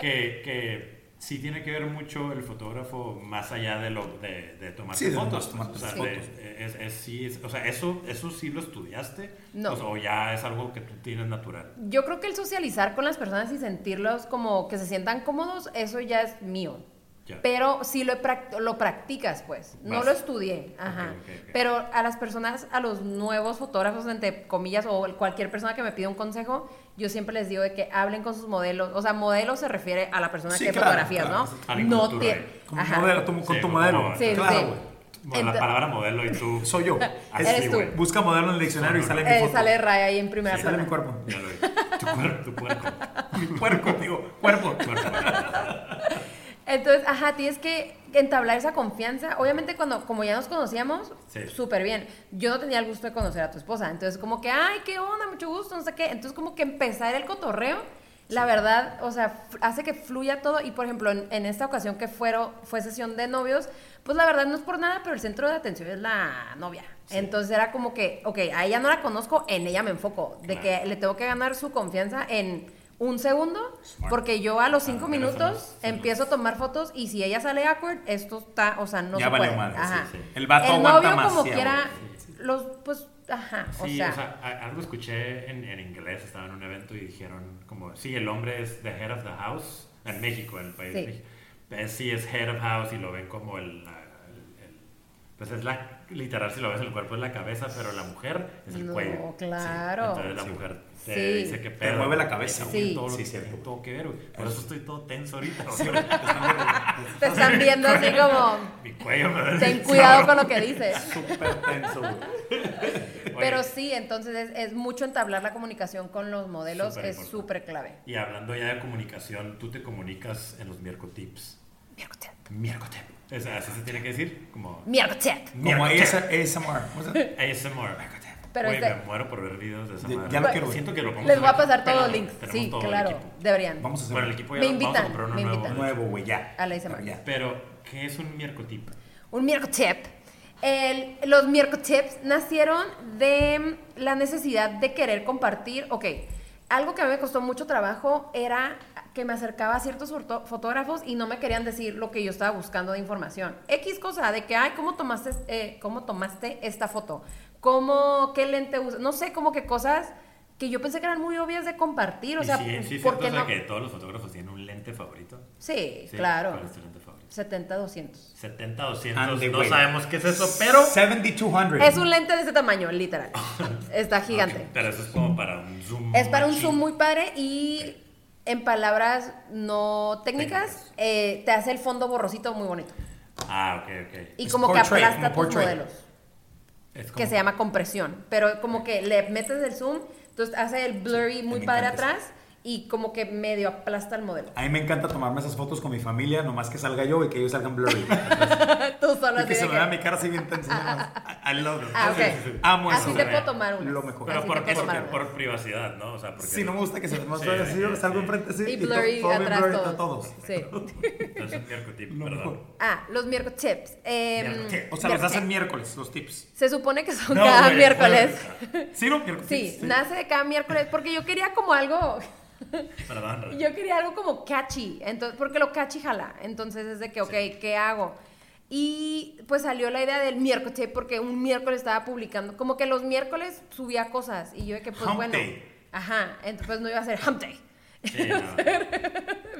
S2: que, que sí tiene que ver mucho el fotógrafo más allá de lo de, de tomar
S3: Sí, de
S2: fotos.
S3: tomarte
S2: o sea,
S3: fotos.
S2: de- es- es- sí, es- o sea, eso, eso sí lo estudiaste.
S4: No.
S2: O sea, o ya es algo que tú tienes natural.
S4: Yo creo que el socializar con las personas y sentirlos como que se sientan cómodos, eso ya es mío.
S2: Ya.
S4: Pero sí lo, he prac- lo practicas, pues. No
S2: Vas.
S4: lo estudié. Ajá.
S2: ok, ok.
S4: Pero a las personas, a los nuevos fotógrafos, entre comillas, o cualquier persona que me pida un consejo, yo siempre les digo de que hablen con sus modelos. O sea, modelo se refiere a la persona
S3: Sí,
S4: que
S3: claro,
S4: fotografías,
S3: claro.
S2: A
S4: ¿no?
S2: la
S4: No
S2: cultura,
S4: tiene.
S2: eh.
S3: Como modelo, tú- con
S2: Sí,
S3: tu
S2: como
S3: modelo.
S2: modelo.
S4: Sí,
S3: claro,
S4: sí.
S3: güey.
S2: Bueno,
S4: Ent-
S2: la palabra modelo y tú.
S3: Soy yo.
S2: Así,
S4: Eres tú.
S2: güey.
S3: Busca modelo en el diccionario y sale mi
S4: Eh,
S3: foto.
S4: sale Ray ahí en primera
S3: Sale mi
S4: plana.
S3: cuerpo.
S2: Ya lo vi. Tu cuerpo, tu cuerpo.
S3: Mi puerco, digo, cuerpo.
S4: Entonces, ajá, tienes que entablar esa confianza. Obviamente, cuando, como ya nos conocíamos,
S2: Sí.
S4: súper bien. Yo no tenía el gusto de conocer a tu esposa. Entonces, como que, ay, qué onda, mucho gusto, no sé qué. Entonces, como que empezar el cotorreo, la verdad, o sea, f- hace que fluya todo. Y, por ejemplo, en, en esta ocasión que fueron, fue sesión de novios, pues la verdad no es por nada, pero el centro de atención es la novia. Entonces era como que, ok, a ella no la conozco, en ella me enfoco. De
S2: Claro.
S4: que le tengo que ganar su confianza en un segundo,
S3: Smart.
S4: porque yo a los
S2: Claro,
S4: cinco
S2: pero eso no es-
S4: minutos
S2: eso no es-
S4: empiezo a tomar fotos y si ella sale awkward, esto está, o sea, no
S3: Ya
S4: se
S3: valió
S4: puede.
S3: madre, sí,
S4: Ajá.
S3: sí. El vato aguanta
S4: novio como
S3: demasiado.
S4: quiera,
S3: Sí, sí.
S4: los, pues, ajá, o
S2: Sí,
S4: sea,
S2: o sea, a- algo escuché en, en inglés, estaba en un evento y dijeron como, sí, el hombre es the head of the house en México, en el país de
S4: Sí.
S2: México. Eh, Sí, es head of house y lo ven como el... la- el- el- pues es la... Literal, si lo ves, el cuerpo es la cabeza, pero la mujer es el
S4: No,
S2: cuello. Sí,
S4: claro.
S2: Entonces la
S3: Sí.
S2: mujer te
S4: Sí.
S2: dice que
S3: Te mueve la cabeza,
S4: güey. Sí.
S2: Todo lo
S3: Sí,
S2: que
S3: cierto.
S2: tiene todo que ver, güey. Por eso estoy todo tenso ahorita. güey.
S4: te están viendo así como,
S2: Mi cuello me duele.
S4: ten cuidado con lo que dices.
S3: Súper tenso, güey.
S2: Oye,
S4: Pero sí, entonces es, es mucho entablar la comunicación con los modelos,
S2: Súper
S4: es
S2: importante.
S4: súper clave.
S2: Y hablando ya de comunicación, tú te comunicas en los miércoles.
S4: Miércoles.
S2: Miércoles. O sea, así se tiene que decir. Como
S4: Miércoles.
S3: Como
S2: Miércoles.
S3: ASMR. ¿Cómo se llama?
S2: ASMR.
S4: Pero
S2: Güey,
S4: es de-
S2: me muero por ver videos de esa
S3: Ya-
S2: madre.
S3: ya lo quiero ver.
S2: Siento que lo vamos
S4: Les voy a pasar
S2: Pero
S4: todos los links.
S2: tenemos
S4: Sí,
S2: todo el
S4: claro,
S2: equipo.
S4: deberían.
S3: Vamos a hacer
S2: Bueno, el equipo ya
S4: Me
S2: lo- vamos
S4: invitan,
S2: a comprar uno
S4: me
S2: nuevo,
S4: invitan.
S2: de hecho.
S3: nuevo, güey, ya.
S4: A la ASMR.
S3: Pero ya.
S2: Pero, ¿qué es un miércoles?
S4: Un miércoles. El, los miércoles nacieron de la necesidad de querer compartir. Ok, algo que a mí me costó mucho trabajo era que me acercaba a ciertos foto- fotógrafos y no me querían decir lo que yo estaba buscando de información. X cosa de que, ay, ¿cómo tomaste, eh, cómo tomaste esta foto? ¿Cómo, qué lente usas? No sé, como que cosas que yo pensé que eran muy obvias de compartir. O sea,
S2: sí, sí, es cierto,
S4: ¿por qué
S2: o sea,
S4: no?
S2: que todos los fotógrafos tienen un lente favorito.
S4: Sí,
S2: Sí,
S4: claro.
S2: ¿Cuál es tu lente favorito?
S4: 70-200.
S2: 70,
S3: Ande,
S2: 200, no
S3: güey.
S2: sabemos qué es eso, pero...
S3: 7200.
S4: Es un lente de ese tamaño, literal. Está gigante.
S2: Pero eso es como para un zoom.
S4: Es para un
S2: machín.
S4: zoom muy padre y en palabras no técnicas,
S2: Técnicas.
S4: eh, te hace el fondo borrosito muy bonito.
S2: Ah, ok, ok.
S4: Y
S3: Es
S4: como
S3: portrait,
S4: que aplasta
S3: como
S4: tus
S3: portrait.
S4: modelos,
S2: Es como-
S4: que se llama compresión. Pero como que le metes el zoom, entonces hace el blurry muy
S3: me
S4: padre
S3: encanta eso.
S4: atrás y como que medio aplasta el modelo.
S3: A mí me encanta tomarme esas fotos con mi familia, nomás que salga yo y que ellos salgan blurry.
S4: Tú solo
S3: y
S4: así
S3: que se
S4: de
S3: me
S4: que-
S3: vea mi cara así bien tensa. nada más. I I love it.
S4: Ah,
S2: Sí,
S4: ok.
S3: Amo eso.
S4: así
S3: ¿eh?
S4: te puedo tomar una.
S3: Lo mejor.
S2: Pero
S4: Así
S2: por,
S4: te puedo
S2: por,
S4: tomar
S2: por
S4: unas.
S2: privacidad, ¿no? O sea, porque...
S3: Si no me gusta que se me
S2: Sí,
S3: muestre así,
S2: sí,
S3: salgo
S2: sí.
S3: enfrente así
S4: Y
S3: to-
S4: blurry
S3: todo bien
S4: atrás
S3: blurry
S4: todo.
S3: a todos.
S4: Sí.
S2: Es un miércoles,
S3: Lo
S2: perdón.
S3: mejor.
S4: Ah, los miércoles tips. Eh,
S2: Miércoles.
S3: O sea, los
S4: miércoles.
S3: hacen miércoles, los tips.
S4: Se supone que son
S2: No,
S4: cada
S2: güey,
S4: miércoles.
S3: Sí, no, miércoles.
S4: Sí, nace de cada miércoles porque yo quería como algo,
S2: Perdón. Ra.
S4: yo quería algo como catchy, entonces, porque lo catchy jala, entonces es de que, ok,
S2: Sí.
S4: ¿qué hago? Y pues salió la idea del miércoles, porque un miércoles estaba publicando, como que los miércoles subía cosas y yo de que, pues
S3: Hump
S4: bueno,
S3: day.
S4: ajá, entonces no iba a ser hump day.
S2: Sí, no.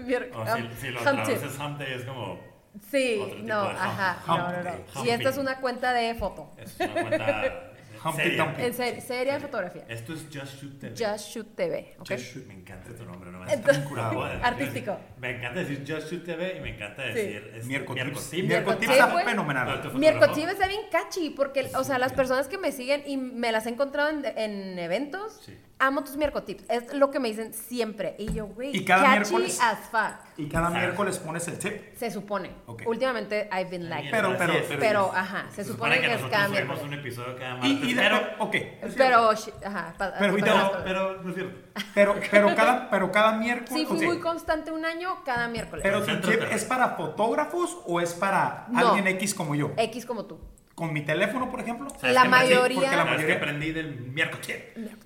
S4: Mier-
S2: O si,
S4: hum-
S2: si lo
S4: hump day.
S2: traduces Humpty es como...
S4: Sí,
S2: otro tipo
S4: no,
S2: de hump-
S4: ajá,
S3: hump
S4: no, no,
S3: day,
S4: no.
S2: hump
S4: Y esta es
S2: day.
S4: una cuenta de foto,
S2: Es una cuenta...
S3: Humpty
S2: seria.
S3: Dumpty.
S4: en ser- seria de fotografía,
S2: Esto es Just Shoot TV.
S4: Just Shoot TV, ¿ok?
S2: Este, Just Shoot- Me encanta tu nombre, no me
S4: Entonces-
S2: está bien curado. Joder.
S4: Artístico.
S2: Me encanta decir Just Shoot TV y me encanta decir... este,
S3: Miércoles. Miércoles.
S2: Tips.
S4: Miércoles
S3: Miércoles
S4: tips.
S3: está
S4: Pues-
S2: Ah, tu
S3: fenomenal.
S2: fotógrafo.
S4: Miércoles sí, está bien catchy, porque, o sea, las personas que me siguen y me las he encontrado en, en eventos,
S2: Sí.
S4: amo tus miércoles tips. Es lo que me dicen siempre. Y yo, güey,
S3: Y cada
S4: catchy
S3: miércoles-
S4: as fuck.
S3: Y cada
S2: Ah.
S3: miércoles pones el tip.
S4: Se supone.
S3: Ok.
S4: Últimamente I've been like
S2: Mierda,
S3: Pero- pero-
S2: así es,
S4: Pero, ajá, se supone que es
S2: nosotros
S4: cada
S2: subimos
S4: miércoles.
S2: un episodio cada martes,
S3: Y, y de-
S2: pero,
S3: ok.
S4: that. Pero, sh- ajá. pa-
S3: Pero,
S4: pa-
S3: pero-
S4: pa-
S2: pero no es cierto.
S3: Pero, pero, cada, pero cada miércoles.
S4: Sí, fui
S3: ok.
S4: muy constante un año cada miércoles.
S3: Pero tu tip
S2: Concéntrate.
S3: es para fotógrafos o es para
S4: No.
S3: alguien X como yo.
S4: X como tú.
S3: Con mi teléfono, por ejemplo.
S2: ¿Sabes
S4: La
S2: qué aprendí?
S4: mayoría-
S2: Porque la
S3: ¿Sabes
S2: mayoría
S3: qué
S2: aprendí del miércoles.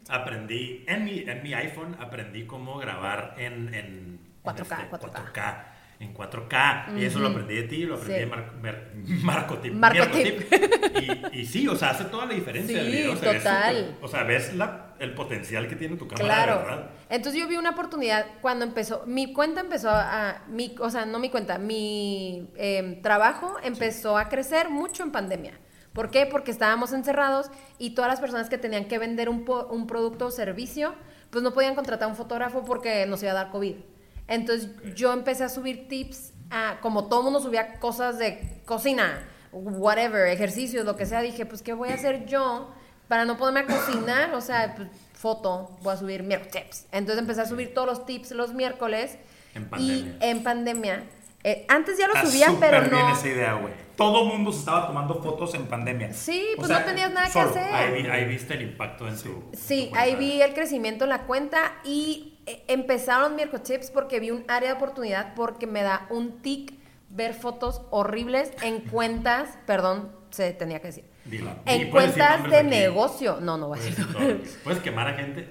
S2: Aprendí en mi, en mi iPhone, aprendí cómo grabar en, en- en
S4: 4K,
S2: este,
S4: 4K.
S2: 4K, En 4K. Y eso lo aprendí de ti, lo aprendí
S4: Sí.
S2: de Mar- Mer- Marco Tip.
S4: Marco
S2: Miércoles. Y, y sí, o sea, hace toda la diferencia.
S4: Sí,
S2: el video, se ve
S4: total.
S2: súper- o sea, ves la- el potencial que tiene tu cámara, de
S4: Claro.
S2: ¿verdad?
S4: Entonces yo vi una oportunidad cuando empezó, mi cuenta empezó a, mi, o sea, no mi cuenta, mi em, trabajo empezó a crecer mucho en pandemia. ¿Por qué? Porque estábamos encerrados y todas las personas que tenían que vender un, po- un producto o servicio, pues no podían contratar a un fotógrafo porque nos iba a dar COVID. Entonces yo empecé a subir tips, a, como todo mundo subía cosas de cocina, whatever, ejercicios, lo que sea, dije, pues ¿qué voy a hacer yo para no ponerme a cocinar? O sea, pues, foto, voy a subir miércoles. Entonces empecé a subir todos los tips los miércoles.
S2: En
S4: y
S2: pandemia.
S4: en pandemia. eh, antes ya lo
S3: Está
S4: subía,
S3: Ah, súper
S4: pero no.
S3: bien esa idea, güey. Todo mundo se estaba tomando fotos en pandemia.
S4: Sí,
S3: O
S4: pues
S3: sea,
S4: no tenías nada
S3: solo.
S4: que hacer.
S2: Ahí, vi- ahí viste el impacto en su.
S4: Sí, ahí vi el crecimiento en la cuenta y eh, empezaron Chips porque vi un área de oportunidad porque me da un tic ver fotos horribles en cuentas, perdón, se tenía que decir,
S2: Dilo. Y
S4: En
S2: puedes decir
S4: cuentas
S2: nombres
S4: de
S2: aquí.
S4: negocio. No, Pues, no voy a
S2: Puedes,
S4: decir.
S2: decir todo. Pues, Puedes quemar a gente.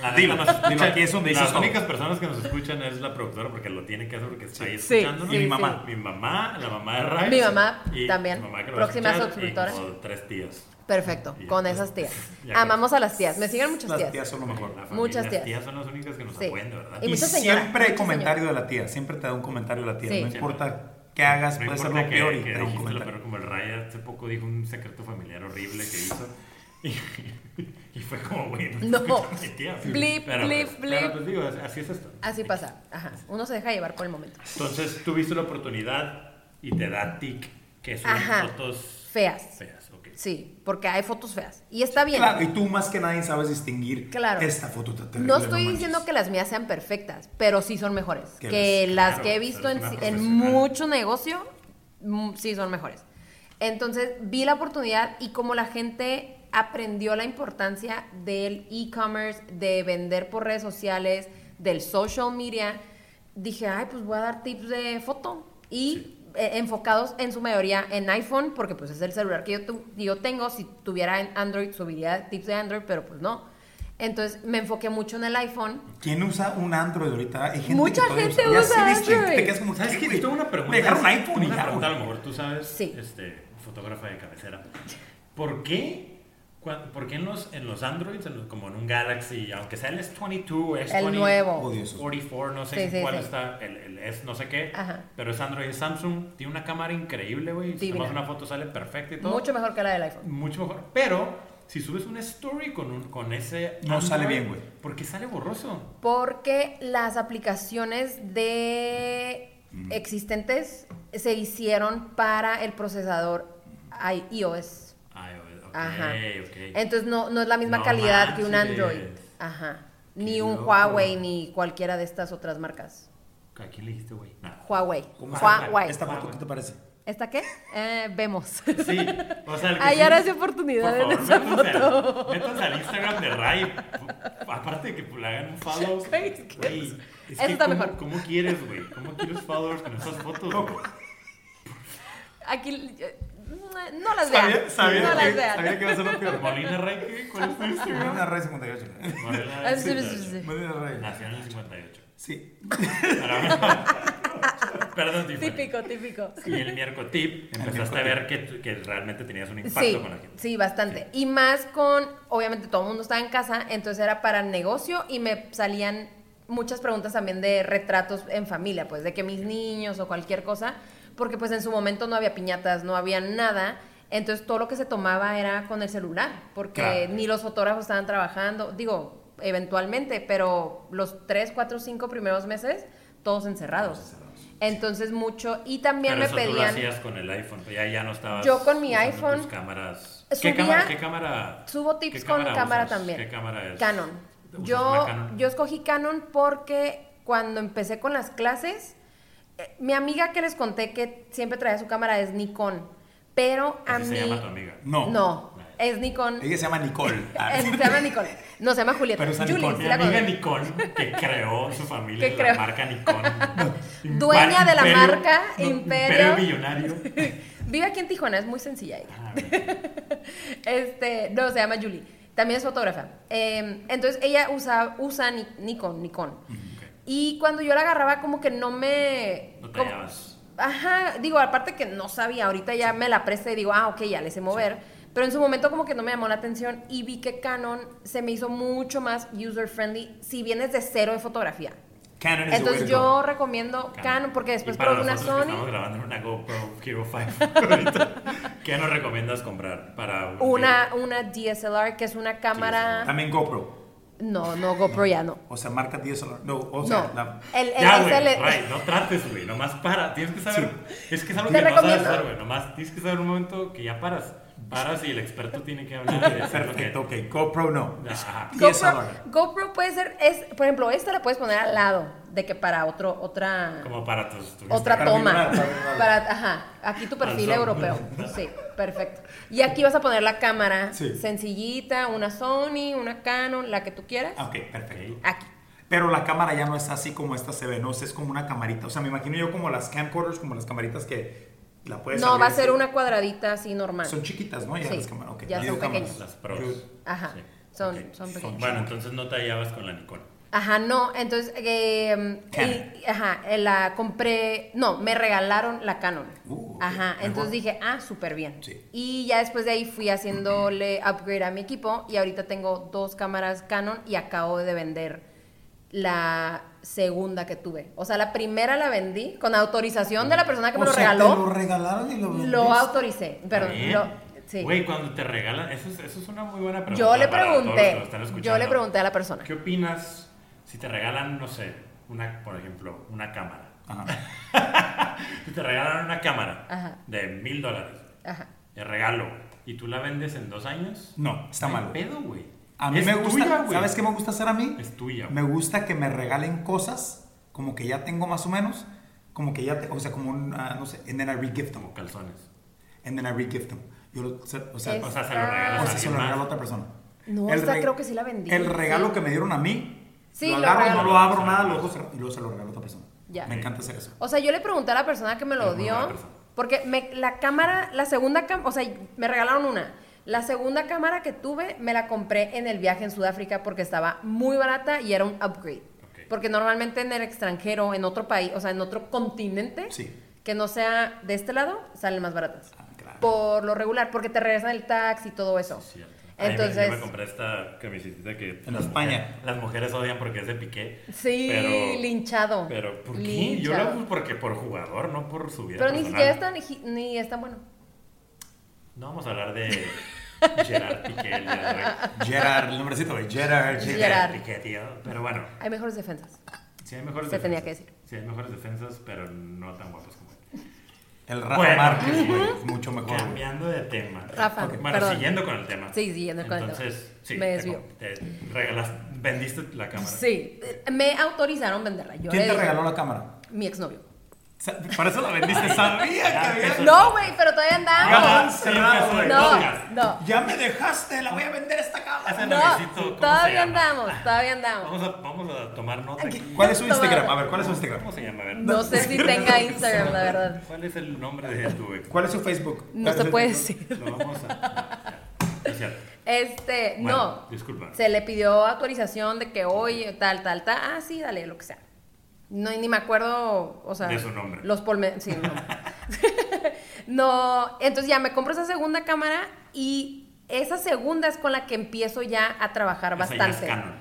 S2: La
S5: Dilo,
S2: neta nos escucha-
S5: dilo, aquí es donde dices
S2: Las
S5: todo.
S2: únicas personas que nos escuchan es la productora porque lo tiene que hacer porque está ahí
S4: Sí,
S2: escuchándonos.
S4: sí,
S2: y mi
S4: sí.
S2: mamá. Mi mamá, la mamá de Ray.
S4: Mi mamá
S2: y
S4: también.
S2: mi mamá que lo va a
S4: Próxima
S2: escuchar, y
S4: suscriptora.
S2: como tres tías.
S4: Perfecto,
S2: Y ya,
S4: con
S2: pues,
S4: esas tías.
S2: ya con-
S4: Amamos a las tías. Me siguen muchas
S3: Las
S4: tías.
S3: tías son lo mejor.
S2: La familia,
S4: Muchas
S2: las
S4: tías.
S2: tías son las únicas que nos
S4: Sí.
S2: apoyan, de verdad.
S4: Y
S3: Y,
S4: mucha señora,
S3: siempre
S4: mucha
S3: comentario de la tía, siempre te da un comentario de la tía.
S4: Sí.
S3: No importa qué hagas,
S2: No
S3: puede ser
S2: importa
S3: lo
S2: que-
S3: peor y
S2: que
S3: te da un
S2: dijiste lo
S3: comentario.
S2: peor, como el Ray hace poco dijo un secreto familiar horrible que hizo. Y, y fue como, güey,
S4: No.
S2: no. te escucha mi tía.
S4: Blip,
S2: Pero,
S4: blip,
S2: pues,
S4: blip.
S2: Pero pues digo, así es esto.
S4: Así pasa. Ajá. Uno se deja llevar por el momento.
S2: Entonces tuviste la oportunidad y te da tic que son
S4: Ajá.
S2: fotos
S4: Feas.
S2: feas. ok.
S4: Sí, porque hay fotos feas. Y está bien.
S3: Claro, y tú más que nadie sabes distinguir
S4: Claro.
S3: esta foto está terrible.
S4: No estoy
S3: manches.
S4: diciendo que las mías sean perfectas, pero sí son mejores.
S3: Que
S4: Que
S3: ves,
S4: las
S2: claro,
S4: que he
S2: o sea,
S4: visto
S2: eres
S4: en,
S2: una
S4: en
S2: profesional.
S4: mucho negocio, mm, sí son mejores. Entonces vi la oportunidad y como la gente aprendió la importancia del e-commerce, de vender por redes sociales, del social media, dije, ay, pues voy a dar tips de foto y eh, enfocados en su mayoría en iPhone, porque pues es el celular que yo, tu- yo tengo, si tuviera en Android subiría tips de Android, pero pues no. Entonces me enfoqué mucho en el iPhone.
S3: ¿Quién usa un Android ahorita? Hay gente
S4: Mucha
S3: que todavía
S4: gente
S3: Ya
S4: usa
S3: sé, viste,
S4: Android.
S3: Te quedas como,
S2: ¿Sabes
S3: ¿qué,
S2: qué?
S3: güey?
S2: Tengo una pregunta.
S3: Me dejaron un iPhone y
S2: Una
S3: ya,
S2: pregunta, a
S3: güey.
S2: lo mejor tú sabes,
S4: Sí.
S2: este, fotógrafa de cabecera. ¿Por qué, cua- por qué en, los, en los Androids, en los- como en un Galaxy, aunque sea el S22, S20,
S4: El nuevo.
S3: Odioso.
S2: 44, no sé
S4: Sí, sí,
S2: cuál
S4: sí.
S2: está, el, el S no sé qué,
S4: Ajá.
S2: pero es Android, es Samsung, tiene una cámara increíble, güey. Si
S4: Divina.
S2: tomas una foto sale perfecta y todo.
S4: Mucho mejor que la del iPhone.
S2: Mucho mejor. Pero si subes una story con, un, con ese.
S3: No sale bien, güey.
S2: Porque sale borroso.
S4: Porque las aplicaciones de
S2: Mm.
S4: existentes se hicieron para el procesador i- iOS.
S2: Ay, ok,
S4: Ajá.
S2: ok.
S4: Entonces no, no es la misma
S2: No
S4: calidad que un
S2: manches.
S4: Android. Ajá. Ni
S2: Qué
S4: un
S2: loco.
S4: Huawei ni cualquiera de estas otras marcas.
S2: ¿A quién le dijiste, güey? Nada.
S4: Huawei.
S3: ¿Cómo se llama?
S4: Huawei.
S3: Esta
S4: ¿Esta,
S3: foto, ¿qué te parece?
S4: qué? Eh, vemos.
S2: Sí, o sea, el que
S4: Ahí
S2: sí-
S4: ahora sí oportunidad en
S2: Por
S4: esa
S2: favor, métanse, al-
S4: foto.
S2: métanse al Instagram de Ray. Aparte de que pues, le hagan un follow.
S4: Güey, es que-
S2: güey,
S4: Eso está
S2: ¿cómo,
S4: mejor.
S2: ¿Cómo quieres, güey? ¿Cómo quieres followers con esas fotos, güey?
S4: Aquí eh, no las
S3: Sabía,
S4: vean.
S3: sabía,
S4: no las
S3: que,
S4: vean.
S3: sabía que iba a ser lo peor.
S2: Molina Ray, ¿qué? ¿cuál es tu Instagram?
S3: Una red 58.
S2: Molina Ray
S4: Ah, Sí, sí, sí.
S2: 58.
S3: Molina Ray.
S2: Nació en el 58.
S3: Sí.
S2: Perdón, Tiffany.
S4: Típico, típico.
S2: Y el miércoles tip,
S3: El
S2: empezaste a
S3: miércoles.
S2: ver que, tú- que realmente tenías un impacto
S4: Sí,
S2: con la gente.
S4: sí, bastante. Y más con, obviamente todo el mundo estaba en casa, entonces era para negocio y me salían muchas preguntas también de retratos en familia, pues de que mis niños o cualquier cosa, porque pues en su momento no había piñatas, no había nada, entonces todo lo que se tomaba era con el celular, porque
S3: Claro.
S4: ni los fotógrafos estaban trabajando, digo, eventualmente, pero los 3, 4, 5 primeros meses, todos encerrados. Entonces mucho, y también
S2: Pero
S4: me
S2: eso tú lo
S4: pedían...
S2: hacías con el iPhone, ya, ya no estabas
S4: Yo con mi
S2: usando
S4: iPhone
S2: tus cámaras.
S4: subía-
S2: ¿Qué cámara? ¿Qué cámara
S4: Subo
S2: qué
S4: tips con cámara,
S2: usas?
S4: también.
S2: ¿Qué cámara es?
S4: Canon.
S2: ¿Usas
S4: Yo,
S2: una Canon?
S4: yo escogí Canon porque cuando empecé con las clases, eh, mi amiga que les conté que siempre traía su cámara es Nikon, pero a
S2: Así se
S4: mí...
S2: llama tu amiga. Ah.
S3: No.
S4: No, es Nikon.
S3: Ella se llama Nicole. Ah,
S4: Eh, se llama Nicole. No, se llama Julieta.
S3: Pero usa
S4: Julie,
S3: Nikon.
S4: sí
S2: Mi
S4: la
S2: amiga
S4: conozco.
S2: Nikon, que creó su familia,
S4: Que
S2: la
S4: creó.
S2: marca Nikon.
S4: Dueña de la
S2: Imperio-
S4: marca,
S2: no,
S4: Imperio.
S2: millonario.
S4: Vive aquí en Tijuana, es muy sencilla ella.
S2: Ah, mira.
S4: Este, no, se llama Julie. También es fotógrafa. Eh, entonces ella usa, usa Ni- Nikon, Nikon.
S3: Mm.
S4: Y cuando yo la agarraba, como que no me.
S2: No te
S4: como-
S2: hallabas.
S4: Ajá, digo, aparte que no sabía, ahorita ya me la presta y digo, ah, ok, ya le sé mover. Pero en su momento como que no me llamó la atención y vi que Canon se me hizo mucho más user friendly si vienes de cero en fotografía.
S3: Canon is the way
S4: Entonces
S3: to
S4: yo
S3: go.
S4: recomiendo Canon, porque después
S2: Y para
S4: probé una
S2: nosotros que
S4: Sony.
S2: Estamos grabando en una GoPro Hero 5 ahorita. ¿Qué nos recomiendas comprar para un-
S4: Una, una DSLR que es una cámara...
S3: También GoPro.
S4: No, no, GoPro ya no.
S3: O sea, marca DSLR. No, o sea,
S4: No, Eh,
S3: la-
S4: el, el-
S2: ya,
S4: es
S2: güey,
S4: el-
S2: Ray, no trates, güey, nomás para, tienes que saber, es que es algo
S4: Te
S2: que no
S4: recomiendo.
S2: sabes hacer, güey, nomás tienes que saber un momento que ya paras, paras y el experto tiene que hablar de decir lo que-
S3: Perfecto, ok. GoPro no.
S2: Ajá.
S4: GoPro,
S3: DSLR.
S4: GoPro puede ser, es, por ejemplo, esta la puedes poner al lado de que para otro, otra...
S2: como para tus, tus-
S4: Otra
S3: Para
S4: toma.
S3: vibrar, para vibrar.
S4: Para, ajá, aquí tu perfil
S2: Al son.
S4: europeo. Sí, perfecto. Y aquí vas a poner la cámara
S3: Sí.
S4: sencillita, una Sony, una Canon, la que tú quieras.
S3: Ah, Ok, perfecto.
S4: Aquí.
S3: Pero la cámara ya no es así como esta se ve, no sé, es como una camarita. O sea, me imagino yo como las camcorders, como las camaritas que La puedes
S4: no, va a
S3: abrir.
S4: ser una cuadradita así normal.
S3: Son chiquitas, ¿no? Ya
S4: Sí,
S3: las cámaras. ok.
S4: ya son
S3: Videocámaras.
S4: pequeñas.
S2: Las pros.
S3: Yo-
S4: Ajá,
S2: Sí.
S4: son,
S2: Ok.
S4: son pequeños.
S2: Bueno, entonces no te hallabas con la Nikon.
S4: Ajá, no, entonces, eh, y-
S3: Canon.
S4: ajá, eh, la compré, no, me regalaron la Canon.
S3: Uh, ok,
S4: Ajá,
S3: mejor.
S4: entonces dije, ah, súper bien.
S3: Sí.
S4: Y ya después de ahí fui haciéndole upgrade a mi equipo y ahorita tengo dos cámaras Canon y acabo de vender la segunda que tuve. O sea, la primera la vendí con autorización de la persona Ah, que me
S3: O
S4: lo
S3: sea,
S4: regaló.
S3: Te lo regalaron y lo vendiste.
S4: Lo autoricé, perdón.
S2: Está bien.
S4: lo- sí.
S2: Güey, cuando te regalan, eso es, eso es una muy buena pregunta.
S4: yo le
S2: para todos los que
S4: pregunté,
S2: lo están
S4: yo le
S2: escuchando.
S4: pregunté a la persona.
S2: ¿Qué opinas si te regalan, no sé, una, por ejemplo, una cámara?
S3: Ajá.
S2: Si te regalan una cámara
S4: Ajá.
S2: de mil dólares,
S4: Ajá.
S2: de regalo, y tú la vendes en dos años,
S3: No, está
S2: hay
S3: mal.
S2: pedo, güey.
S3: A mí
S2: Es
S3: me gusta,
S2: tuya, güey.
S3: ¿sabes qué me gusta hacer a mí?
S2: Es tuya,
S3: Me gusta que me regalen cosas como que ya tengo más o menos, como que ya, te- o sea, como un, ah, no sé, and then I regift them,
S2: Como calzones.
S3: and then I regift them. Yo lo, o sea, o sea,
S4: Es-
S2: O sea, se lo regalas
S3: o
S2: a
S3: sea, se
S2: alguien
S3: lo regalo a
S2: más.
S3: otra persona.
S4: No, esta
S3: re-
S4: creo que sí la vendí,
S3: El
S4: sí.
S3: regalo que me dieron a mí,
S4: Sí,
S3: lo
S4: lo
S3: agarro, no
S4: regalo.
S3: lo abro nada, lo dejo cerrado, y luego se lo regalo a otra persona.
S4: Ya.
S3: Me encanta hacer eso.
S4: O sea, yo le pregunté a la persona que me lo
S2: Es muy buena
S4: dio,
S2: persona.
S4: porque me- la cámara, la segunda cámara, o sea, me regalaron una. La segunda cámara que tuve me la compré en el viaje en Sudáfrica porque estaba muy barata y era un upgrade.
S2: Ok.
S4: Porque normalmente en el extranjero, en otro país, o sea, en otro continente,
S3: Sí.
S4: que no sea de este lado, salen más baratas.
S3: Ah, claro.
S4: Por lo regular, porque te regresan el tax y todo eso.
S2: Cierto. Ay, me-
S4: Entonces,
S2: yo me compré esta camiseta que
S3: En
S2: las
S3: España.
S2: mujeres- las mujeres odian porque es de piqué.
S4: sí,
S2: pero-
S4: linchado.
S2: Pero, ¿por qué? Yo lo
S4: Linchado.
S2: hago porque por jugador, no por su vida
S4: Pero ni
S2: personal.
S4: siquiera es tan, hi- ni es tan bueno.
S2: No vamos a hablar de Gerard Piqué, el día de hoy.
S3: Gerard, el nombrecito de Gerard, Gerard.
S4: Gerard.
S2: Piqué, tío. Pero bueno,
S4: Hay mejores defensas.
S2: si hay mejores
S4: Se
S2: defensas.
S4: tenía que decir.
S2: Sí hay mejores defensas, pero no tan guapos como él.
S3: El Rafa
S2: Bueno.
S3: Márquez, güey, es mucho mejor. güey.
S2: Cambiando de tema.
S4: Rafa,
S2: Ok, Bueno,
S4: perdón.
S2: siguiendo con el tema.
S4: Sí, siguiendo con el tema.
S2: Entonces, sí.
S4: Me
S2: te
S4: desvío.
S2: com- Te, regalas, vendiste la cámara.
S4: Sí, me autorizaron venderla. Yo
S3: ¿Quién
S4: le
S3: te
S4: dije-
S3: regaló la cámara?
S4: Mi exnovio.
S3: Sa- Para eso la vendiste, sabía que había...
S2: Eso-
S4: No, güey, pero todavía
S2: Ya,
S4: andamos.
S2: Ah, sí, empezó el podcast.
S4: No, no.
S3: Ya me dejaste, la voy a vender esta cámara.
S2: Ese noviecito,
S4: No,
S2: ¿cómo
S4: todavía
S2: se llama?
S4: andamos, todavía andamos.
S2: Vamos a, vamos a tomar nota. aquí.
S3: ¿Cuál es su Instagram? A ver, ¿cuál es este su Instagram?
S2: ¿Cómo se llama? A ver.
S4: No sé si tenga Instagram, la verdad.
S2: ¿Cuál es el nombre de tu ex?
S3: ¿Cuál es su Facebook?
S4: No se puede decir.
S2: Lo vamos a. Es cierto.
S4: Este,
S2: Bueno,
S4: no.
S2: disculpa.
S4: Se le pidió autorización de que oye, tal, tal, tal. Ah, sí, dale, lo que sea. No, y ni me acuerdo, o sea.
S2: De su nombre.
S4: Los polme... Sí, no. no, entonces ya me compro esa segunda cámara y esa segunda es con la que empiezo ya a trabajar
S2: Esa ya
S4: bastante.
S2: es Canon.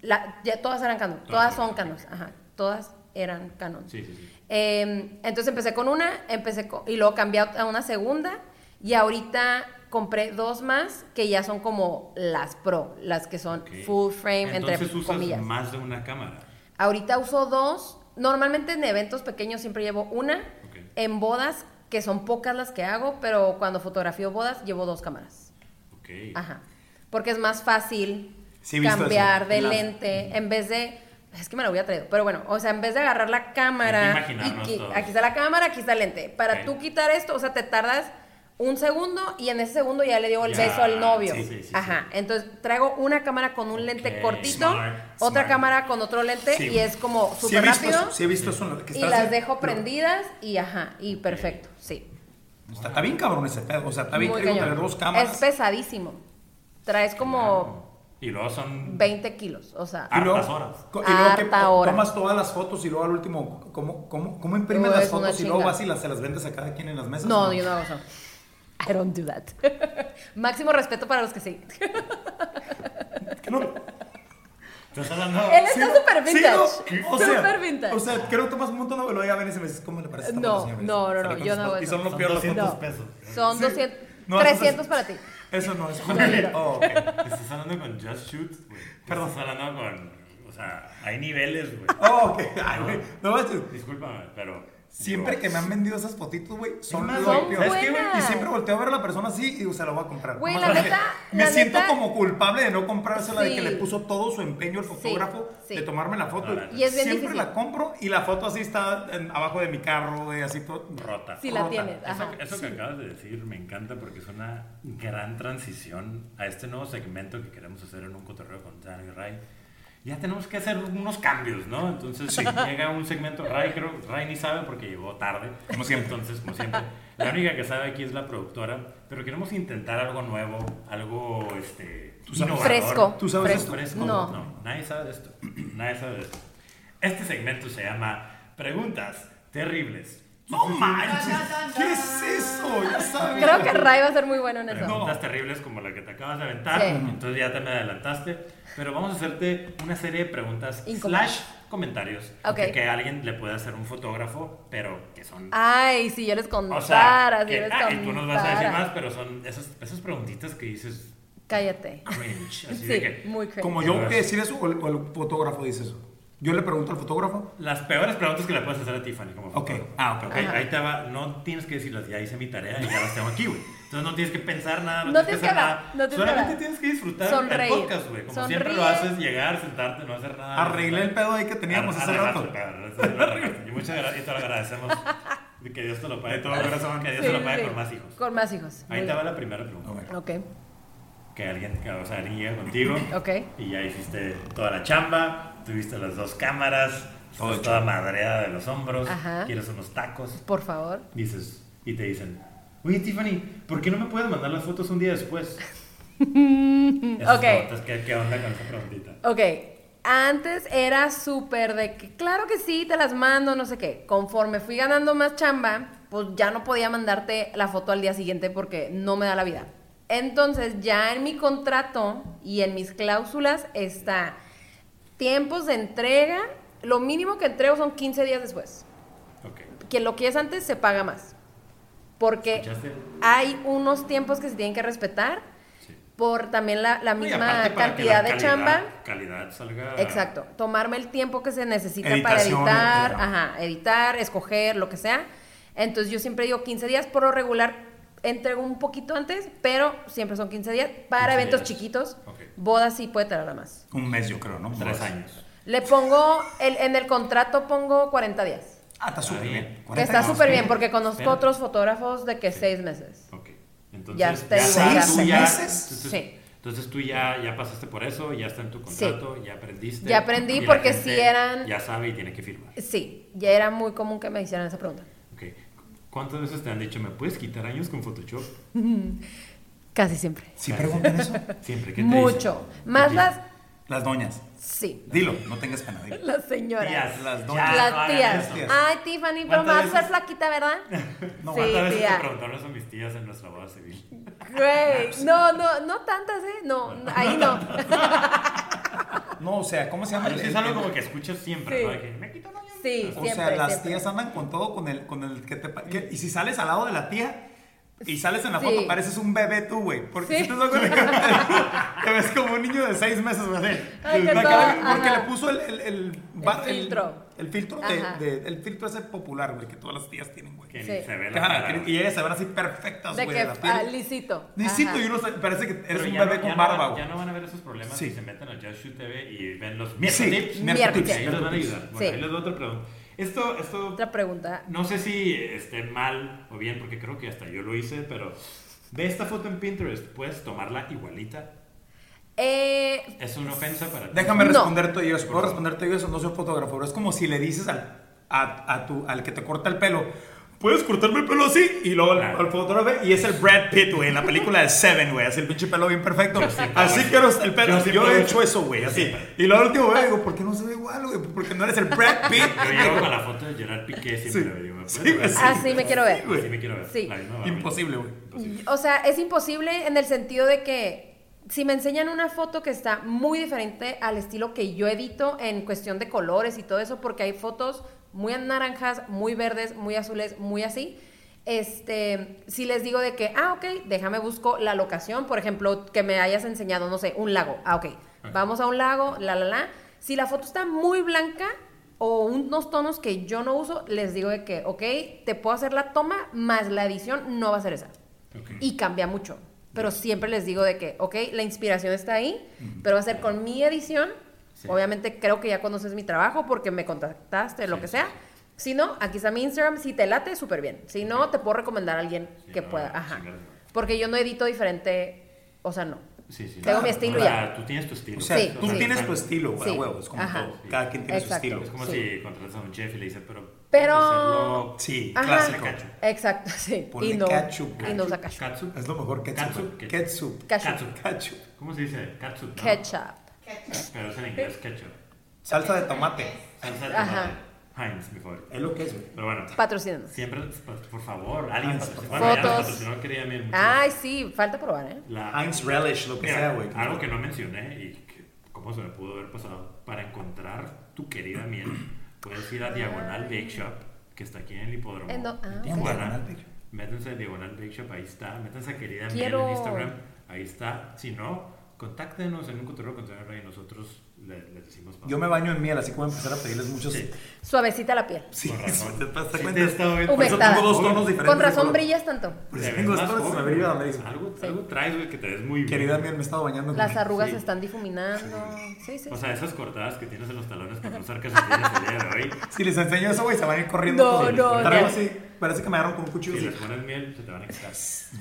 S4: La- ya todas eran Canon.
S2: Todas
S4: Todas,
S2: eran
S4: son Canon. Ajá. Todas eran Canon.
S2: Sí, sí, sí.
S4: Eh, entonces empecé con una, empecé co- y luego cambié a una segunda y ahorita compré dos más que ya son como las pro, las que son
S2: Ok.
S4: full frame
S2: Entonces
S4: entre
S2: usas
S4: comillas.
S2: más de una cámara.
S4: Ahorita uso dos. Normalmente en eventos pequeños siempre llevo una.
S2: Ok.
S4: En bodas que son pocas las que hago, pero cuando fotografío bodas llevo dos cámaras.
S2: Ok.
S4: Ajá. Porque es más fácil
S3: Sí, he visto
S4: cambiar
S3: eso.
S4: de
S3: Las-
S4: lente en vez de. Es que me la hubiera traído. Pero bueno, o sea, en vez de agarrar la
S2: Hay
S4: cámara.
S2: que
S4: Y
S2: imaginarnos
S4: qui-
S2: todos.
S4: aquí está la cámara, aquí está el lente. Para
S2: Ok.
S4: tú quitar esto, o sea, te tardas un segundo y en ese segundo ya le dio el
S2: Ya,
S4: beso al novio.
S2: sí, sí, sí,
S4: Ajá. Entonces traigo una cámara con un lente
S2: Ok.
S4: cortito,
S2: Smart,
S4: otra
S3: smart.
S4: cámara con otro lente
S3: Sí.
S4: y es como
S3: Sí he
S4: súper
S3: visto
S4: rápido.
S3: eso, sí he visto eso. en lo que
S4: y
S3: estás
S4: las
S3: haciendo.
S4: dejo
S3: Pero
S4: prendidas y ajá, y perfecto, sí.
S3: Está, está bien cabrón ese pedo. O sea, está bien
S4: Muy
S3: que
S4: cañón.
S3: tener dos cámaras.
S4: Es pesadísimo. Traes como
S2: Y luego son.
S4: 20 kilos, o sea.
S2: Ah, Hartas horas.
S3: co- y luego que
S4: Harta
S3: to-
S4: hora.
S3: tomas todas las fotos y luego al último, ¿cómo, cómo, cómo imprimes
S4: No,
S3: las
S4: es una
S3: fotos y luego
S4: chinga.
S3: vas y las, se las vendes a cada quien en las mesas?
S4: No, yo no hago eso. I don't do that. Máximo respeto para los que sí.
S3: Que no-
S2: Estás hablando.
S4: Él está
S3: no,
S4: súper vintage.
S3: no, o sea,
S4: Súper vintage.
S3: O sea, creo que tomas un montón de velo y a veces me dices, ¿cómo le parece esta
S4: No,
S3: foto, señor?
S4: no, no,
S3: Sale
S4: no,
S3: con
S4: yo
S3: sus
S4: no
S3: fotos
S4: hago
S3: Y son
S4: eso.
S3: lo peor las
S2: Son
S3: fotos.
S2: 200
S4: No.
S2: pesos.
S4: Son
S3: Sí.
S4: 200,
S3: No, eso es-
S4: 300 para ti.
S3: Eso no es
S4: mira.
S3: Oh, ok.
S2: Estás hablando con Just Shoot, güey. Perdón. Estás hablando con. O sea, hay niveles, güey.
S3: Oh, ok. Ay, güey, no manches.
S2: Discúlpame, pero.
S3: Siempre que me han vendido esas fotitos, güey, son
S2: más,
S3: lo
S2: son
S3: peor.
S4: ¿Sabes qué, güey? buenas.
S3: Y siempre volteo a ver a la persona así y digo, se la voy a comprar.
S4: Güey,
S3: Nomás
S4: la
S3: porque
S4: neta-
S3: Me
S4: la
S3: siento
S4: neta-
S3: como culpable de no comprársela, de que
S4: Sí.
S3: le puso todo su empeño el fotógrafo
S4: sí.
S3: de tomarme la foto.
S2: Ahora,
S4: Y es bien
S3: siempre
S4: difícil.
S3: la compro y la foto así está en- abajo de mi carro, güey, así todo.
S2: Rota.
S4: Si la
S3: Rota.
S4: tienes,
S2: Eso,
S4: ajá.
S2: eso que acabas de decir me encanta porque es una gran transición a este nuevo segmento que queremos hacer en un cotorreo con Dani Ray, ya tenemos que hacer unos cambios, ¿no? Entonces llega un segmento, Ray, creo, Ray ni sabe porque llegó tarde,
S3: Como siempre.
S2: entonces como siempre, la única que sabe aquí es la productora, pero queremos intentar algo nuevo, algo este,
S3: sabes-
S2: innovador.
S4: Fresco.
S3: ¿Tú sabes
S4: fresco.
S2: Fresco.
S4: No.
S2: no, nadie sabe de esto, nadie sabe de esto. Este segmento se llama Preguntas Terribles.
S3: No manches, ¿qué es eso? Ya sabes.
S4: Creo que Ray va a ser muy bueno en eso.
S2: preguntas terribles como la que te acabas de aventar.
S4: Sí.
S2: Entonces ya te me adelantaste. Pero vamos a hacerte una serie de preguntas
S4: Incómodas.
S2: slash comentarios.
S4: Ok. Ah,
S2: Que, que alguien le puede hacer un fotógrafo, pero que son...
S4: Ay, si yo les contara,
S2: o sea,
S4: si
S2: que,
S4: yo les
S2: ah,
S4: contara.
S2: y tú nos vas a decir más, pero son esas, esas preguntitas que dices
S4: Cállate.
S2: cringe. Así de
S4: Sí,
S2: que...
S4: muy cringe.
S3: Como yo que decir eso o el, o el fotógrafo dice eso. Yo le pregunto al fotógrafo.
S2: Las peores preguntas que le puedes hacer a Tiffany como
S3: Ok.
S2: fotógrafo.
S3: Ah, ok.
S2: Ok, ahí te va. No tienes que decirlas, ya hice mi tarea y ya las tengo aquí, güey. Entonces no tienes que pensar nada, no,
S4: No
S2: tienes que
S4: tienes que
S2: hacer nada.
S4: hablar, no tienes que
S2: Solamente
S4: hablar.
S2: tienes que disfrutar
S4: Sonreír.
S2: el podcast, güey. Como siempre lo
S4: Sonríe.
S2: haces, llegar, sentarte, no hacer nada.
S3: Arreglé el pedo ahí que teníamos hace
S2: Arreglaste
S3: rato.
S2: el pedo, arreglaste, lo arreglaste. Y muchas gracias, y te lo agradecemos. Y Que Dios te lo pague.
S3: De todo corazón.
S2: Que Dios
S4: Sí,
S2: te lo pague
S4: sí, sí.
S2: por más hijos.
S4: Con más hijos.
S2: Ahí
S4: muy
S2: te va la primera pregunta.
S3: Ok.
S4: bien. Ok,
S2: Que alguien, que, o sea, alguien llega contigo.
S4: ok.
S2: Y ya hiciste toda la chamba, tuviste las dos cámaras,
S3: Todo
S2: estás toda madreada de los hombros,
S4: Ajá.
S2: quieres unos tacos,
S4: Por favor.
S2: dices, y te dicen, oye Tiffany, ¿por qué no me puedes mandar las fotos un día después? Esas
S4: ok.
S2: preguntas, ¿qué, qué onda con esa preguntita?
S4: Ok, antes era súper de que, claro que sí, te las mando, no sé qué. Conforme fui ganando más chamba, pues ya no podía mandarte la foto al día siguiente porque no me da la vida. Entonces ya en mi contrato y en mis cláusulas está tiempos de entrega, lo mínimo que entrego son 15 días después.
S2: Ok.
S4: Quien lo quieres antes se paga más. Porque
S2: ¿Escuchaste?
S4: hay unos tiempos que se tienen que respetar
S2: Sí.
S4: por también la, la
S2: Y
S4: misma
S2: aparte, para que la
S4: cantidad de
S2: calidad-
S4: chamba.
S2: Calidad salga.
S4: Exacto, tomarme el tiempo que se necesita para
S3: Editación,
S4: editar,
S3: etcétera.
S4: ajá, editar, escoger, lo que sea. Entonces yo siempre digo 15 días por lo regular entrego un poquito antes, pero siempre son 15 días
S2: 15
S4: para eventos
S2: días.
S4: chiquitos.
S2: Ok.
S4: Bodas sí puede tardar más.
S3: Un mes, yo creo, ¿no?
S2: Tres años.
S4: Le pongo el- en el contrato pongo 40 días.
S3: Ah, está súper
S2: bien.
S3: bien.
S4: Que
S3: 40
S4: está
S3: años.
S4: súper bien porque conozco
S2: Espérate.
S4: otros fotógrafos de que 6 meses.
S2: Ok. Entonces,
S4: Ya está
S2: ya
S4: igual.
S2: sabes, tú
S3: ¿Seis
S2: ya-
S3: meses?
S2: Entonces,
S4: Sí.
S2: entonces tú ya, ya pasaste por eso, ya está en tu
S4: Sí.
S2: contrato, ya aprendiste.
S4: Ya aprendí
S2: y la
S4: porque
S2: gente
S4: sí eran-
S2: Ya sabe y tiene que firmar.
S4: Sí, ya era muy común que me hicieran esa pregunta.
S2: Ok. ¿Cuántas veces te han dicho, me puedes quitar años con Photoshop?
S4: Casi siempre.
S3: ¿Sí preguntan eso?
S2: Siempre que te
S4: Mucho.
S2: dicen?
S4: Más
S2: Oye,
S4: las
S3: Las doñas.
S4: sí,
S3: Dilo, no tengas pena. Dilo.
S4: las señoras.
S2: tías, las
S3: Ya,
S2: doñas. no
S4: Las
S2: hagan
S4: tías.
S2: eso.
S3: Ah, tías.
S4: Ay, Tiffany, pero me
S2: ¿Cuántas
S4: vas a hacer
S2: veces?
S4: flaquita, ¿verdad?
S3: No,
S4: Sí,
S2: ¿Cuántas veces
S4: tía.
S2: te preguntaron eso mis tías en nuestra boda civil?
S3: Ah,
S4: Güey, no, no, no tantas, ¿eh? No, no, ahí no.
S3: No, o sea, ¿cómo se llama?
S2: Pero Ah, sí
S3: El-
S2: es algo
S3: el-
S2: como que escuchas siempre,
S4: Sí.
S2: ¿no? De que, me quito años.
S4: Sí,
S3: O
S4: siempre.
S3: sea, las
S4: siempre.
S3: tías andan con todo, con el, con el que te... pa- que- y si sales al lado de la tía y sales en la
S4: Sí.
S3: foto, pareces un bebé tú, güey. Porque
S4: Sí.
S3: si te das cuenta que te ves como un niño de seis meses, güey. así.
S4: Ay, que
S3: La
S4: todo,
S3: cara- porque
S4: ajá.
S3: le puso el... El, el, va-
S4: El filtro.
S3: El, filtro de,
S4: Ajá.
S3: de- el filtro ese popular, güey, que todas las tías tienen, güey.
S2: Que ni
S4: Sí.
S2: se ve la
S3: Ajá,
S2: cara.
S3: que- Y ellas se ven así perfectas,
S4: De
S3: güey, de
S4: que
S3: la
S4: ah,
S3: piel.
S4: lisito.
S3: Lisito
S4: Ajá.
S3: y uno se- parece que eres
S2: Pero
S3: un
S2: ya no-
S3: bebé
S2: ya
S3: con
S2: no
S3: barba,
S2: van-
S3: güey.
S2: Ya no van a ver esos problemas
S3: Sí.
S2: si se meten a Just Shoot TV y ven los
S3: Sí,
S2: miércoles.
S4: mierda
S3: mierda
S4: tips.
S3: tips.
S2: Ahí les van a ayudar. Bueno,
S4: Sí.
S2: ahí les doy otra pregunta. Esto, esto
S4: Otra pregunta.
S2: No sé si esté mal o bien, porque creo que hasta yo lo hice, pero ve esta foto en Pinterest, puedes tomarla igualita.
S4: Eh,
S2: Es una ofensa para ti.
S3: Déjame
S4: No.
S3: responderte yo
S2: Por
S3: eso. Puedo
S2: favor.
S3: responderte yo eso. No soy fotógrafo, pero es como si le dices al, a, a tu, al que te corta el pelo. ¿Puedes cortarme el pelo así? Y luego al,
S2: Claro.
S3: al fotógrafo. Y es el Brad Pitt, güey. En la película de Seven, güey. Así el pinche pelo bien perfecto.
S2: siempre
S3: Así
S2: hago
S3: quiero
S2: eso.
S3: el
S2: Yo
S3: pelo. Yo,
S2: siempre hago
S3: he
S2: eso.
S3: hecho eso, güey.
S2: Yo
S3: Así.
S2: siempre.
S3: Y luego al último, güey, digo, ¿por qué no se ve igual, güey? Porque no eres el Brad Pitt.
S2: Yo llego con la foto de Gerard Piqué siempre.
S3: Sí.
S2: digo, ¿me
S3: Sí,
S2: puedes
S3: güey,
S2: ver?
S3: sí.
S4: así Ah, me quiero ver.
S2: Así me quiero ver.
S4: Sí.
S2: La misma barbilla.
S3: Imposible, güey.
S4: O sea, es imposible en el sentido de que si me enseñan una foto que está muy diferente al estilo que yo edito en cuestión de colores y todo eso, porque hay fotos muy naranjas, muy verdes, muy azules, muy así. Este, si les digo de que, ah, ok, déjame busco la locación, por ejemplo, que me hayas enseñado, no sé, un lago. Ah, ok, vamos a un lago, la, la, la. Si la foto está muy blanca o unos tonos que yo no uso, les digo de que, ok, te puedo hacer la toma, más la edición no va a ser esa
S2: Ok.
S4: y cambia mucho. Pero siempre les digo de que, ok, la inspiración está ahí, pero va a ser con mi edición.
S2: Sí.
S4: Obviamente creo que ya conoces mi trabajo porque me contactaste, lo
S2: Sí,
S4: que
S2: sí,
S4: sea.
S2: sí.
S4: Si no, aquí está mi Instagram. Si te late, súper bien. Si no, te puedo recomendar a alguien
S2: Sí,
S4: que
S2: no,
S4: pueda. Ajá.
S2: chingar.
S4: Porque yo no edito diferente, o sea, no.
S2: Sí, sí.
S4: Tengo mi estilo
S2: O sea,
S4: ya.
S2: Tú tienes tu estilo.
S3: O sea,
S4: Sí,
S3: tú
S4: sí.
S3: tienes tu estilo, güey,
S4: Sí.
S3: huevos, como
S4: Ajá.
S3: todo. Cada quien tiene
S4: Exacto.
S3: su
S2: Es
S3: estilo.
S2: como
S4: Sí.
S2: si contratas a un chef y le dices, pero.
S4: Pero-
S2: hacerlo-
S3: Sí,
S4: Ajá.
S3: clásico.
S2: Cacho.
S4: Exacto, sí.
S3: Ponle
S4: y no,
S3: ketchup,
S4: y no
S3: ketchup,
S4: usa ketchup.
S2: Katsu.
S3: Es lo mejor, ketchup.
S2: Katsup.
S3: güey. Ketchup.
S4: Ketchup.
S3: Ketchup.
S2: ¿Cómo se dice? Katsu. ¿no?
S4: Ketchup.
S2: Pero es en inglés ketchup.
S3: Salsa de tomate.
S2: Salsa de
S4: Ajá.
S2: tomate. Heinz, mi favorito.
S3: Es lo que es, güey.
S2: Pero bueno,
S4: Patrocínanos.
S2: siempre, pues, por favor, alguien
S3: Heinz,
S2: patrocinó.
S3: por
S2: Bueno, ya nos
S4: Fotos.
S2: patrocinó, quería bien mucho.
S4: Ay, sí, falta probar, ¿eh?
S2: La-
S3: Heinz Relish, lo que
S2: Mira,
S3: sea, güey.
S2: Algo que no mencioné y que, cómo se me pudo haber pasado. Para encontrar tu querida miel, puedes ir a Diagonal Bake Shop, que está aquí en el hipódromo.
S4: Eh, no, ah,
S2: en
S4: ok.
S2: Tijuana.
S3: Diagonal Bake Shop.
S2: Métanse a Diagonal Bake Shop, ahí está. Métanse a querida
S4: Quiero-
S2: miel en Instagram, ahí está. Si no, contáctenos en un cotorreo con Señora Rey y nosotros le- les decimos. para
S3: Yo me baño en miel, así que voy a empezar a pedirles muchos.
S2: Sí.
S4: Suavecita la piel.
S3: Sí,
S2: Con razón.
S3: sí, te das
S2: Sí, te
S3: cuenta.
S2: he estado viendo.
S3: Por eso
S4: Humectada.
S3: tengo dos tonos
S2: Con
S3: diferentes.
S4: Con
S3: de
S4: razón
S3: color.
S4: brillas tanto.
S3: Por
S2: Te
S3: eso
S2: ves
S3: tengo dos
S2: más
S3: tonos, se me
S2: joven,
S3: brilla la
S2: güey.
S3: nariz.
S2: Algo, algo traes, güey, que te ves muy bien.
S3: Querida miel, me he estado bañando. con
S4: Las
S3: miel.
S4: arrugas
S2: Sí.
S4: se están difuminando. Sí, sí.
S2: O sea, esas cortadas que tienes en los talones para usar calcetines el día de hoy,
S3: Si les enseño eso, güey, se van a ir corriendo.
S4: No,
S3: todos.
S4: no,
S3: Traigo
S4: no.
S3: así, Parece que me agarraron con un cuchillo.
S2: si
S3: así.
S2: les pones miel, se te van a quitar.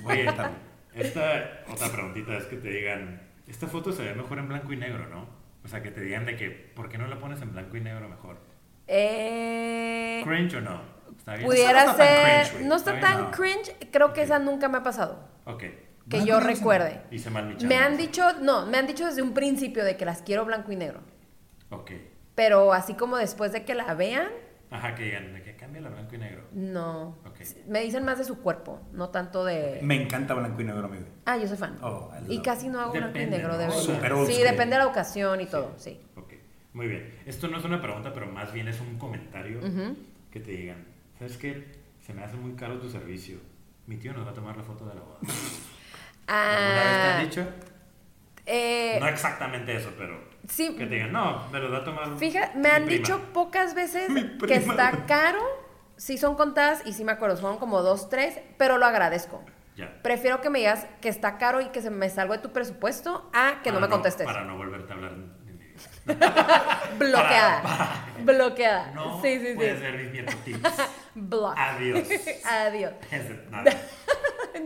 S2: Oye, esta otra preguntita es que te digan, esta foto se ve mejor en blanco y negro, ¿no? O sea, que te digan de que, ¿por qué no la pones en blanco y negro mejor?
S4: Eh,
S2: ¿Cringe o no? ¿Está bien?
S4: pudiera
S3: no está tan
S4: ser.
S3: cringe, güey.
S4: no está
S2: Está bien, no.
S4: tan cringe. Creo
S2: Ok.
S4: que
S2: Ah,
S4: esa nunca me ha pasado.
S2: Ok,
S4: Que
S3: Blanco
S4: yo
S3: y negro,
S4: recuerde.
S2: hice mal mi chamba.
S4: Me han dicho, no, me han dicho desde un principio de que las quiero blanco y negro.
S2: Ok.
S4: Pero así como después de que la vean,
S2: Ajá, que digan, de que cambia la blanco y negro.
S4: no.
S2: Ok.
S4: Me dicen más de su cuerpo, no tanto de.
S3: Me encanta blanco y negro, amigo.
S4: Ah, yo soy fan.
S3: Oh, I love
S4: y casi no hago blanco y
S2: Depende,
S4: negro,
S2: ¿no?
S4: de verdad.
S3: Super old
S4: Sí,
S3: school.
S4: depende de la ocasión y todo, sí.
S2: Ok, muy bien. Esto no es una pregunta, pero más bien es un comentario que te digan, ¿sabes qué? Se me hace muy caro tu servicio. Mi tío nos va a tomar la foto de la boda. ¿Alguna vez te
S4: Ah,
S2: han dicho?
S4: eh,
S2: No exactamente eso, pero
S4: sí,
S2: que te digan, no, me lo va a tomar.
S4: fija,
S2: mi
S4: me han
S2: prima".
S4: dicho pocas veces
S3: Mi
S4: que
S3: prima.
S4: está caro. Sí son contadas y sí me acuerdo, son como dos, tres, pero lo agradezco.
S2: Ya.
S4: Prefiero que me digas que está caro y que se me salgo de tu presupuesto a que no
S2: Para
S4: me contestes.
S2: Para no volverte a hablar en mi vida.
S4: Bloqueada. Bloqueada.
S2: No
S4: sí, sí,
S2: voy a
S4: sí.
S2: hacer mis nietos tips.
S4: Block.
S2: Adiós.
S4: Adiós.
S2: Es- nada.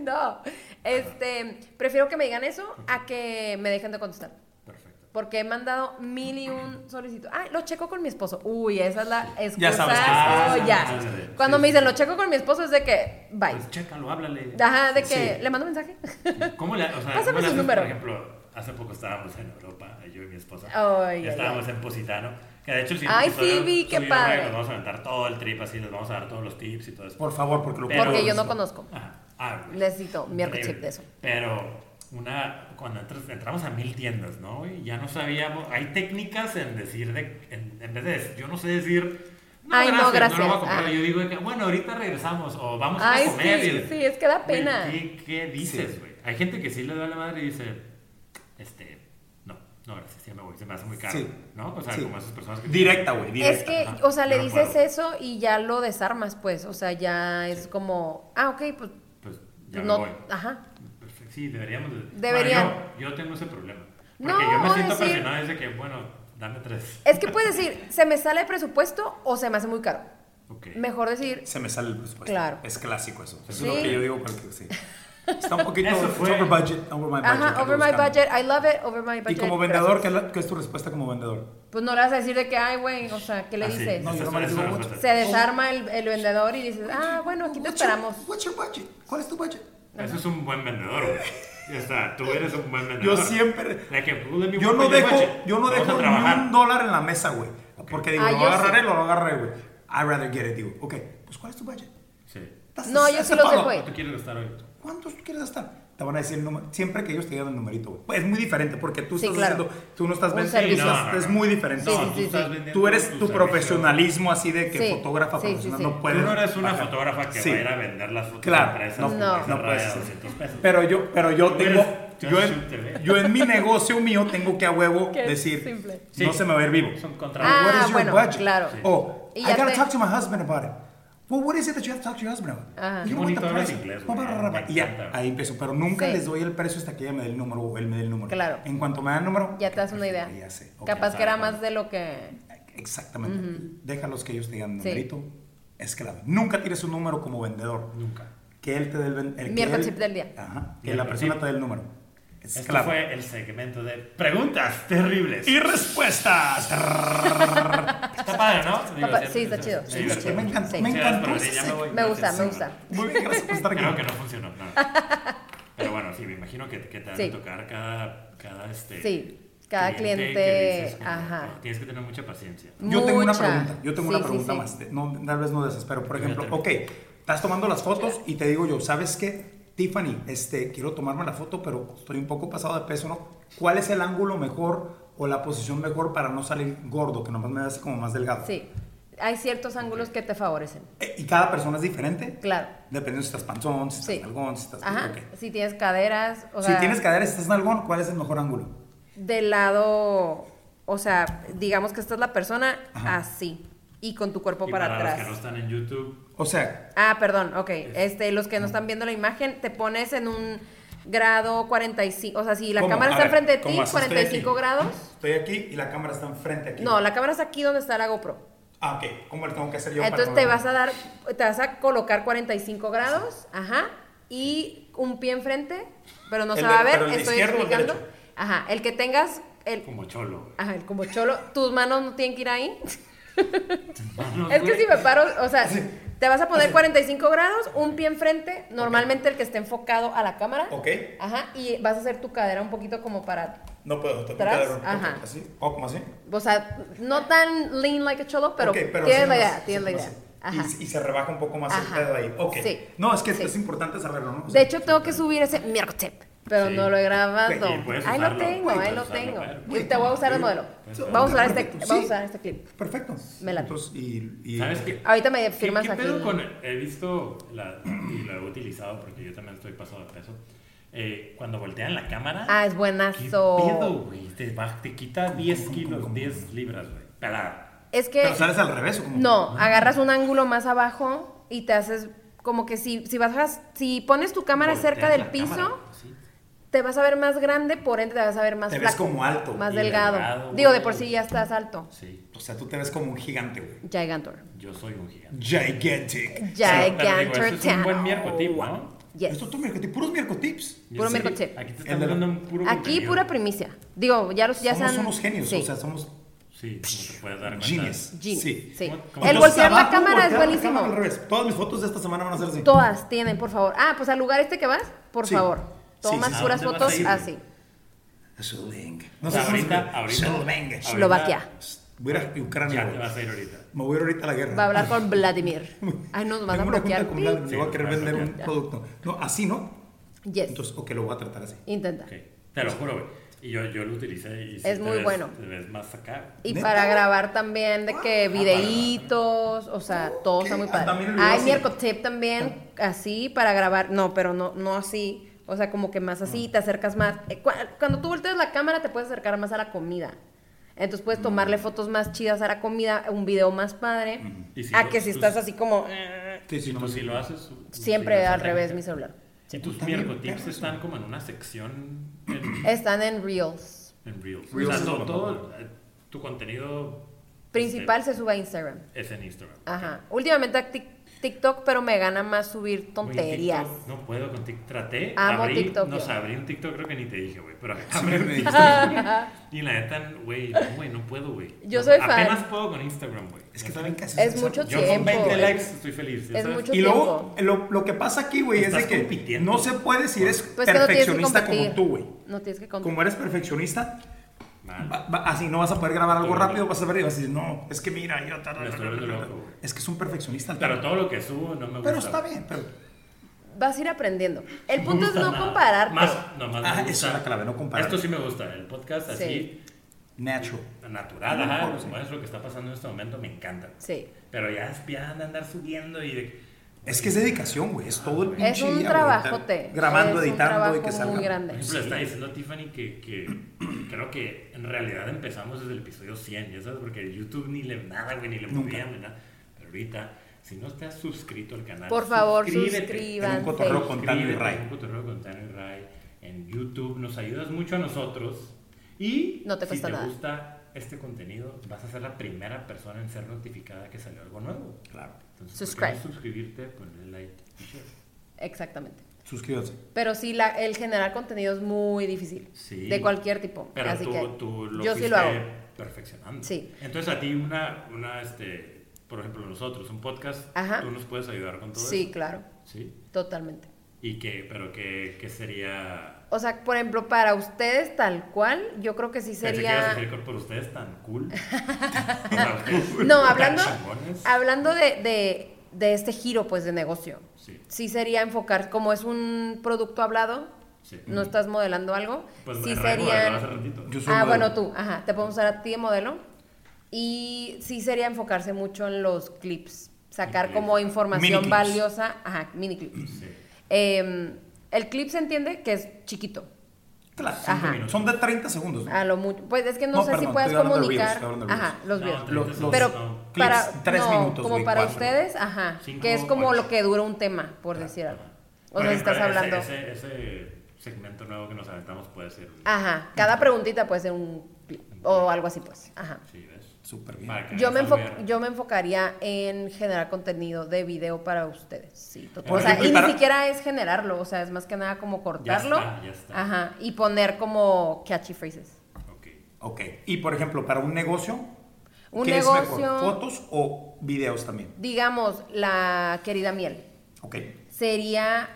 S4: No. Este, prefiero que me digan eso a que me dejen de contestar.
S2: Perfecto.
S4: Porque he mandado mil y un solicitud. Ah, lo checo con mi esposo. Uy, esa es la excusa.
S3: Ya sabes que-
S2: Ah,
S4: Oh, ya.
S2: sí,
S4: Cuando
S2: sí,
S4: me dicen
S2: sí.
S4: lo checo con mi esposo es de que bye.
S2: Pues chécalo, háblale.
S4: Ajá, de que
S3: Sí.
S4: le mando mensaje.
S2: ¿Cómo le, o sea,
S4: Pásame
S2: ¿cómo le
S4: su
S2: haces,
S4: número.
S2: Por ejemplo, hace poco estábamos en Europa, yo y mi esposa. Y
S4: Ay, ay,
S2: estábamos en Positano. Que de hecho, el siguiente
S4: Ay,
S2: episodio,
S4: sí, vi, qué
S2: tú y yo, Ryan,
S4: padre.
S2: Nos vamos a aventar todo el trip así, les vamos a dar todos los tips y todo eso.
S3: Por favor, porque lo
S2: Pero-
S4: Porque yo no
S3: conozco.
S4: conozco.
S2: Ajá. Ah, güey.
S4: Necesito mi
S2: Increíble.
S4: microchip de eso.
S2: Pero una, cuando entras- entramos a mil tiendas, ¿no? Y ya no sabíamos. Hay técnicas en decir, de, en, en vez de decir, yo no sé decir.
S4: Ay, no,
S2: No lo voy a
S4: gracias.
S2: comprar.
S4: Ah.
S2: Yo digo, de que, bueno, ahorita regresamos o vamos
S4: Ay,
S2: a comer.
S4: sí,
S2: y-
S4: sí, es que da
S2: Güey,
S4: pena.
S2: ¿qué, qué dices, güey? Hay gente que sí le da la madre y dice, este, no, no, gracias, ya me voy, se me hace muy caro.
S3: Sí.
S2: ¿No? O sea,
S3: Sí.
S2: como esas personas que.
S3: Directa, güey,
S4: Es
S3: directa.
S4: que,
S2: Ajá.
S4: o sea,
S2: Yo
S4: le
S2: no
S4: dices
S2: puedo.
S4: eso y ya lo desarmas, pues. O sea, ya es como, ah, ok, pues
S2: Pues ya
S4: no.
S2: me voy.
S4: Ajá.
S2: Perfecto, Sí, deberíamos. de-
S4: Deberían.
S2: Bueno, yo, yo tengo ese problema. Porque
S4: No,
S2: yo me siento
S4: decir-
S2: presionado desde que, bueno, dame tres.
S4: Es que puedes decir, se me sale el presupuesto o se me hace muy caro.
S2: Ok.
S4: Mejor decir,
S3: Se me sale el presupuesto.
S4: Claro.
S3: Es clásico eso. Eso
S4: Sí.
S3: es lo que yo digo para que sí. Está un poquito
S2: Eso fue.
S3: it's over budget, over my budget.
S4: ajá,
S3: algo
S4: over my
S3: buscando.
S4: budget, I love it, over my
S3: Y
S4: budget.
S3: como vendedor,
S4: gracias.
S3: ¿qué es, la- qué es tu respuesta como vendedor?
S4: Pues no le vas a decir de que, ay, güey, o sea, ¿qué le
S2: Ah, sí.
S4: dices?
S3: No, yo
S2: Esa
S3: nomás
S2: es
S3: digo
S2: una
S3: mucho.
S2: respuesta.
S4: Se desarma el, el vendedor y dices, ah, bueno, aquí te
S3: What's your-
S4: esperamos.
S3: What's your budget? ¿Cuál es tu budget?
S2: Eso es un buen vendedor, güey. Ya está, tú eres un buen vendedor.
S3: Yo siempre-
S2: La que, "Tú de mi
S3: Yo no
S2: huevo,
S3: dejo,
S2: guache,
S3: yo no
S2: vamos
S3: dejo
S2: a
S3: ni
S2: trabajar.
S3: un dólar en la mesa, güey. Porque digo,
S4: Ah,
S3: lo
S4: yo
S3: agarraré,
S4: sí.
S3: lo agarraré, güey. I'd rather get it, digo. Ok, pues ¿cuál es tu budget?
S2: Sí.
S3: Estás-
S4: No, yo sí
S3: estás
S4: los
S3: tapado.
S4: dejo, güey.
S2: ¿Cuánto quieres gastar hoy?
S3: ¿Cuántos tú quieres gastar? Te van a decir el número. Siempre que ellos te digan el numerito, güey. Pues es muy diferente porque tú
S4: Sí,
S3: estás
S4: claro.
S3: haciendo, tú no estás
S4: Un
S3: vendiendo,
S4: servicio.
S3: estás- es muy diferente.
S4: Sí,
S2: No,
S4: sí,
S2: tú
S4: sí,
S2: estás
S4: sí.
S2: vendiendo
S3: Tú eres tu
S2: servicio.
S3: profesionalismo así de que
S4: Sí.
S3: fotógrafa
S4: Sí, sí,
S3: profesional
S4: sí.
S3: no
S2: Tú
S3: puedes.
S2: no eres una
S3: bajar.
S2: fotógrafa que
S3: Sí.
S2: va a ir a vender las fotos
S3: Claro,
S2: de empresas
S3: no,
S2: con
S4: no,
S2: esa
S3: no puedes
S2: raya de
S3: hacer.
S2: 200 pesos.
S3: Pero yo, pero yo
S2: Tú
S3: tengo,
S2: eres
S3: yo
S2: Just
S3: en,
S2: Shoot
S3: yo en mi negocio mío tengo que a huevo
S4: Qué
S3: decir,
S4: simple.
S2: Sí.
S3: no se me va a ir vivo.
S2: Son
S4: Ah,
S2: contratos.
S3: What is your
S4: bueno,
S3: budget?
S4: claro. Sí.
S3: O,
S4: Y
S3: I
S4: ya
S3: gotta
S4: te-
S3: talk to my husband about it. Well, what is it that you have to talk to your husband about?
S4: Ajá.
S2: Qué
S3: You know what the
S2: bonito hablas
S3: price-
S2: inglés,
S3: bla, bla,
S2: güey.
S3: bla, bla.
S2: Me
S3: Y ya,
S2: encanta.
S3: ahí empiezo. Pero nunca
S4: Sí.
S3: les doy el precio hasta que ella me dé el número o él me dé el número.
S4: Claro.
S3: En cuanto me da el número,
S4: Ya te das una idea.
S3: perfecto, ya sé. Ok,
S4: Capaz
S2: ya
S4: que era
S2: sabes.
S4: más de lo que...
S3: Exactamente. Déjalos que ellos te digan el
S4: Sí.
S3: numerito. Es clave. Nunca tires un número como vendedor.
S2: Nunca.
S3: Que él te dé el, ven- el que
S4: Miércoles
S3: él-
S4: del día.
S3: Ajá. Que
S2: Miércoles
S3: la persona
S2: tip.
S3: te dé el número. Es Es
S2: Este
S3: claro.
S2: fue el segmento de preguntas terribles.
S3: Y respuestas.
S2: Está padre, ¿no? Digo,
S4: pa- sí, está chido,
S2: Me
S4: sí,
S3: Sí,
S2: divierte
S4: está chido.
S3: me encantó,
S4: Sí.
S3: me encantó
S2: Gracias,
S3: ese
S2: ya me
S3: segmento.
S2: voy.
S4: Me gusta, me
S2: Sí.
S4: gusta.
S3: Muy bien, gracias por estar aquí.
S2: Creo que no funcionó. No. Pero bueno, sí, me imagino que, que te van
S4: Sí.
S2: a tocar cada, cada este.
S4: Sí, cada
S2: que
S4: cliente,
S2: como,
S4: ajá.
S2: no, tienes que tener mucha paciencia.
S3: Yo tengo una
S4: Mucha.
S3: pregunta, yo tengo
S4: Sí,
S3: una
S4: sí,
S3: pregunta
S4: sí.
S3: más. de- No, tal vez no desespero. Por ejemplo,
S2: Fíjate.
S3: ok, estás tomando las fotos y te digo yo, ¿sabes qué? Tiffany, este, quiero tomarme la foto, pero estoy un poco pasado de peso, ¿no? ¿Cuál es el ángulo mejor o la posición mejor para no salir gordo, que nomás me hace como más delgado?
S4: Sí, hay ciertos ángulos que te favorecen.
S3: Eh, ¿Y cada persona es diferente?
S4: Claro.
S3: Dependiendo si estás panzón, si estás
S4: Sí.
S3: nalgón, si estás...
S4: Ajá.
S3: ok.
S4: Si tienes caderas, o sea,
S3: si tienes cadera, si estás nalgón, ¿cuál es el mejor ángulo?
S4: del lado, o sea, digamos que esta es la persona
S3: Ajá.
S4: así y con tu cuerpo
S2: Y
S4: para,
S2: para los
S4: atrás.
S2: que no están en YouTube,
S3: O sea,
S4: Ah, perdón, ok. Este, los que no están viendo la imagen, te pones en un grado 45, o sea, si la
S3: ¿cómo?
S4: cámara
S3: A
S4: está
S3: ver,
S4: enfrente de ti,
S3: ¿cómo así? Estoy
S4: 45
S3: aquí.
S4: grados.
S3: Estoy aquí y la cámara está enfrente aquí.
S4: No, la cámara está aquí donde está la GoPro.
S3: Ah, ok. ¿Cómo le tengo que hacer yo
S4: Entonces
S3: para
S4: te vas a dar, te vas a colocar 45 grados, ajá, y un pie enfrente, pero no
S3: El
S4: se
S3: de-
S4: va a ver,
S3: pero el de
S4: estoy
S3: izquierdo o el
S4: explicando.
S3: derecho.
S4: Ajá, el que tengas, el,
S2: como cholo. güey.
S4: ajá, el como cholo, tus manos no tienen que ir ahí.
S2: Manos,
S4: Es que
S2: güey.
S4: si me paro, o sea,
S3: Así.
S4: te vas a poner
S3: Así.
S4: 45 grados, un pie enfrente, normalmente el que esté enfocado a la cámara.
S3: Ok.
S4: Ajá, y vas a hacer tu cadera un poquito como para,
S3: No puedo, tengo
S4: Atrás,
S3: que dar un-
S4: ajá.
S3: así. ¿O como así?
S4: o sea, no tan lean like a cholo, pero,
S3: Ok,
S4: tienes
S3: así
S4: la
S3: nomás,
S4: idea, tienes la
S3: así
S4: idea.
S3: nomás.
S4: Ajá.
S3: Y, y se rebaja un poco más
S4: Ajá.
S3: el dedo ahí. Ok.
S4: Sí.
S3: No, es que
S4: Sí.
S3: es importante saberlo, ¿no? O
S4: De
S3: sea,
S4: hecho, tengo que subir ese miércoles, pero
S2: Sí.
S4: no lo he grabado.
S2: Y puedes
S4: Ahí lo
S2: usarlo,
S4: tengo,
S2: puedes
S4: ahí lo
S2: usarlo,
S4: tengo.
S2: claro.
S4: Y te voy a usar el modelo.
S2: Puedes
S4: Vamos a usar este,
S3: Perfecto,
S4: vamos a
S3: sí.
S4: usar este clip.
S3: Perfecto.
S4: Me late.
S3: Entonces, y, y-
S2: ¿Sabes qué?
S4: Ahorita me
S2: ¿Qué-
S4: firmas
S2: ¿Qué,
S4: aquí.
S2: pedo con He visto la, y lo he utilizado porque yo también estoy pasado de peso. Eh, cuando voltean la cámara.
S4: Ah, es
S2: ¿Qué
S4: buenazo.
S2: pedo, güey? Te, va- te quita 10 kilos, 10 libras, güey. Pelada.
S4: Es que
S3: Pero sales al revés, ¿o cómo?
S4: no,
S2: Ah.
S4: agarras un ángulo más abajo y te haces como que si si bajas, si pones tu cámara
S2: Volteas
S4: cerca del
S2: la
S4: piso,
S2: cámara, sí.
S4: te vas a ver más grande, por ende te vas a ver más
S3: Te ves
S4: flaco,
S3: como alto.
S4: más
S2: Y
S4: delgado.
S2: delgado,
S4: Digo, de
S2: güey.
S4: por sí ya estás alto.
S2: Sí,
S3: O sea, tú te ves como un gigante, güey.
S4: Gigantor.
S2: yo soy un gigante.
S3: Gigantic.
S2: Pero digo,
S4: Gigantor.
S2: eso es un buen miércotipo,
S3: Wow.
S2: ¿no?
S4: Yes.
S3: Esto es todo miércoles, puros miércoles.
S2: Yo
S4: Puro
S2: sé que
S4: miércoles.
S2: Aquí te
S3: El
S2: están
S3: de la-
S2: dando un puro
S4: Aquí
S2: contenido.
S4: pura primicia. Digo, ya los ya
S3: somos
S4: sean-
S3: unos genios,
S4: sí.
S3: o sea, somos
S2: Sí, como te puedes dar cuenta.
S3: genius.
S4: Jean,
S3: Sí.
S4: Sí.
S2: ¿Cómo
S4: El
S2: te-
S4: voltear la
S3: Abajo,
S4: cámara
S3: voltear la
S4: es
S3: cámara
S4: buenísimo.
S3: al revés. Todas mis fotos de esta semana van a ser así.
S4: Todas tienen, por favor. Ah, pues al lugar este que vas, por
S3: Sí.
S4: favor.
S3: Sí,
S4: Tomas
S3: sí, sí.
S4: puras
S2: ¿A dónde vas
S4: fotos
S2: a ir?
S4: así.
S3: Shuling.
S2: O sea, ahorita, ahorita.
S3: Shuling.
S2: ahorita
S4: Eslovaquia.
S3: Voy a ir a Ucrania.
S2: Ya te
S3: güey.
S2: vas a ir ahorita.
S3: Me voy a ir ahorita a la guerra.
S4: Va a hablar con Vladimir. Ay, nos van a
S3: Tengo una junta
S4: bloquear.
S3: con Vladimir,
S2: Sí,
S3: le voy a querer
S2: nos van a
S3: vender un
S2: bloquear.
S3: producto. No, así no.
S4: Yes.
S3: Entonces, ok, lo voy a tratar así.
S4: Intenta.
S2: Ok, Te lo juro, güey. Y yo, yo lo utilicé y sí
S4: Es
S2: te
S4: muy
S2: ves-
S4: bueno.
S2: Te ves más acá.
S4: Y
S3: ¿Neta?
S4: para grabar también de que videitos, o sea, todo está muy
S3: Ah,
S4: padre.
S3: también el video Ah.
S4: Hay
S3: así.
S4: Miercotip también, así para grabar, no, pero no, no así, o sea, como que más
S3: Ah.
S4: así, te acercas más. Eh, cu- Cuando tú volteas la cámara te puedes acercar más a la comida. Entonces puedes
S3: Mm.
S4: tomarle fotos más chidas a la comida, un video más padre,
S2: Y si
S4: a
S2: lo-
S4: que si
S2: tú-
S4: estás así como... eh,
S3: Sí, sí,
S2: Y
S3: no
S2: tú
S3: me-
S2: si lo haces.
S4: Siempre al revés mi
S2: mis
S4: celular.
S2: Y tus
S3: También,
S2: miercotips
S3: perros,
S2: están como en una sección en,
S4: Están en Reels.
S2: en Reels.
S3: Reels
S2: o
S3: es
S2: sea, todo,
S3: lo
S2: todo, eh, tu contenido
S4: Principal
S2: este,
S4: se sube a Instagram.
S2: es en Instagram.
S4: Ajá. Últimamente a Tik- TikTok, pero me gana más subir
S2: Güey,
S4: tonterías.
S2: TikTok, no puedo con TikTok. Traté.
S4: Amo
S2: abrí,
S4: TikTok,
S2: No sé,
S4: yo.
S2: abrí un TikTok, creo que ni te dije, güey. Pero
S3: Sí,
S2: abrí
S3: me
S2: un
S3: dijiste.
S2: TikTok. Y la neta, güey, no, güey, no puedo, güey.
S4: Yo
S2: No,
S4: soy fan.
S2: Apenas puedo con Instagram, güey.
S3: Es que también casi
S4: Es mucho
S2: Yo
S4: tiempo.
S2: con 20
S4: güey.
S2: likes estoy feliz. ¿ya
S4: Es
S2: sabes?
S4: mucho
S3: Y luego, lo, lo que pasa aquí, güey, es
S2: Estás
S3: de que
S2: compitiendo.
S3: no se puede si eres
S4: Pues que no tienes que
S3: perfeccionista
S4: competir.
S3: como tú, güey.
S4: No tienes que competir.
S3: Como eres perfeccionista,
S2: Mal.
S3: va- va- así no vas a poder grabar algo
S2: Todo
S3: rápido,
S2: bien.
S3: vas a ver y vas a decir, no, es que mira, yo ta- ta-
S2: Me
S3: ta-
S2: estoy volviendo
S3: ta- ta-
S2: loco, güey.
S3: Es que es un perfeccionista. el
S2: Pero
S3: cabrón.
S2: todo lo que subo no me gusta.
S3: Pero está bien, pero...
S4: Vas a ir aprendiendo. El
S2: Me
S4: punto es
S2: gusta
S4: no pues,
S2: nada.
S4: compararte.
S2: Más, no, más me
S3: Ah,
S2: gusta.
S3: esa es la clave, no comparar.
S2: Esto sí me gusta. El podcast así,
S3: Natural.
S2: natural,
S3: A lo
S2: ajá,
S3: mejor,
S2: como
S3: sí.
S2: es lo que está pasando en este momento, me encanta.
S4: Sí.
S2: Pero ya es piada andar subiendo y de...
S3: Es que es dedicación, güey. Es todo el pinche
S4: Es un
S3: día, güey, estar
S4: trabajote.
S3: Grabando,
S4: Es un
S3: editando y
S4: trabajo
S3: que salga.
S4: muy grande.
S2: Por ejemplo, le está diciendo Tiffany que, que creo que en realidad empezamos desde el episodio 100, ya sabes, porque YouTube ni le nada, güey, ni le
S3: Nunca.
S2: movían, ni nada. Pero ahorita, si no estás suscrito al canal,
S4: Por favor,
S2: suscríbete.
S4: suscríbanse.
S3: En un cotorreo con Tano y
S2: Suscríbete
S3: Ray.
S2: a Un Cotorreo con Tano y Ray en YouTube. Nos ayudas mucho a nosotros. Y
S4: No te cuesta
S2: si te
S4: nada.
S2: gusta este contenido, vas a ser la primera persona en ser notificada que salió algo nuevo.
S3: Claro.
S2: Entonces, ¿por qué
S4: Subscribe.
S2: no suscribirte, ponerle like y share?
S4: Exactamente.
S3: Suscríbase.
S4: Pero sí, la, el generar contenido es muy difícil.
S2: Sí.
S4: De cualquier tipo.
S2: Pero
S4: Así
S2: tú,
S4: que
S2: tú lo
S4: yo sí
S2: fuiste
S4: lo hago.
S2: perfeccionando.
S4: Sí.
S2: Entonces a ti una, una este, por ejemplo nosotros, un podcast,
S4: Ajá.
S2: tú nos puedes ayudar con todo
S4: Sí,
S2: eso.
S4: claro.
S2: Sí.
S4: Totalmente.
S2: ¿Y qué? ¿Pero qué, qué sería...?
S4: O sea, por ejemplo, para ustedes tal cual, yo creo que sí
S2: Pensé que ibas a
S4: sería...
S2: decir que por ustedes tan cool. O sea, ustedes
S4: No,
S2: tan
S4: hablando,
S2: chingones.
S4: hablando de, de- de este giro, pues, de negocio.
S2: Sí.
S4: Sí sería enfocar, como es un producto hablado,
S2: Sí.
S4: no estás modelando algo,
S2: Pues me
S4: sí
S2: recuerdo
S4: serían...
S2: hace ratito.
S3: Yo soy
S4: Ah,
S3: modelo.
S4: bueno, tú, ajá, te podemos usar a ti de modelo. Y sí sería enfocarse mucho en los clips, sacar
S2: Clips.
S4: como información
S3: Miniclips.
S4: valiosa, ajá, mini clips.
S2: Sí.
S4: Em, el clip se entiende que es chiquito,
S3: Claro,
S4: Ajá.
S3: cinco minutos. Son de 30 segundos. ¿no?
S4: a lo mucho. Pues es que no,
S3: No,
S4: sé si
S3: perdón,
S4: puedas
S3: estoy hablando de reels,
S4: comunicar,
S3: estoy hablando de
S4: ajá, los
S2: No,
S4: videos.
S2: tres minutos,
S3: los-
S4: Pero
S2: no.
S3: clips,
S4: para
S3: tres
S4: no,
S3: minutos,
S4: como
S3: güey,
S4: para
S3: cuatro.
S4: ustedes, ajá,
S2: Cinco,
S4: que es como
S2: ocho.
S4: lo que dura un tema, por decir algo. O
S2: Por
S4: sea, si
S2: ejemplo,
S4: estás hablando.
S2: Ese, ese- ese segmento nuevo que nos aventamos puede ser... un-
S4: Ajá, cada preguntita puede ser un clip o algo así, pues. Ajá.
S2: Sí, ¿ves?
S3: Súper bien.
S2: Para que
S4: Yo me,
S2: empezar a
S4: enfo-
S2: ver.
S4: yo me enfocaría en generar contenido de video para ustedes. Sí, total.
S2: Por
S4: O sea,
S3: ejemplo,
S4: y
S3: y
S4: ni
S3: para-
S4: siquiera es generarlo, o sea, es más que nada como cortarlo.
S2: está, ya está.
S4: Ajá. Y poner como catchy phrases.
S2: Ok.
S3: Ok. Y por ejemplo, para un negocio,
S4: Un
S3: ¿qué es
S4: negocio-
S3: mejor? ¿Fotos o videos también?
S4: Digamos, la querida miel.
S3: Ok.
S4: Sería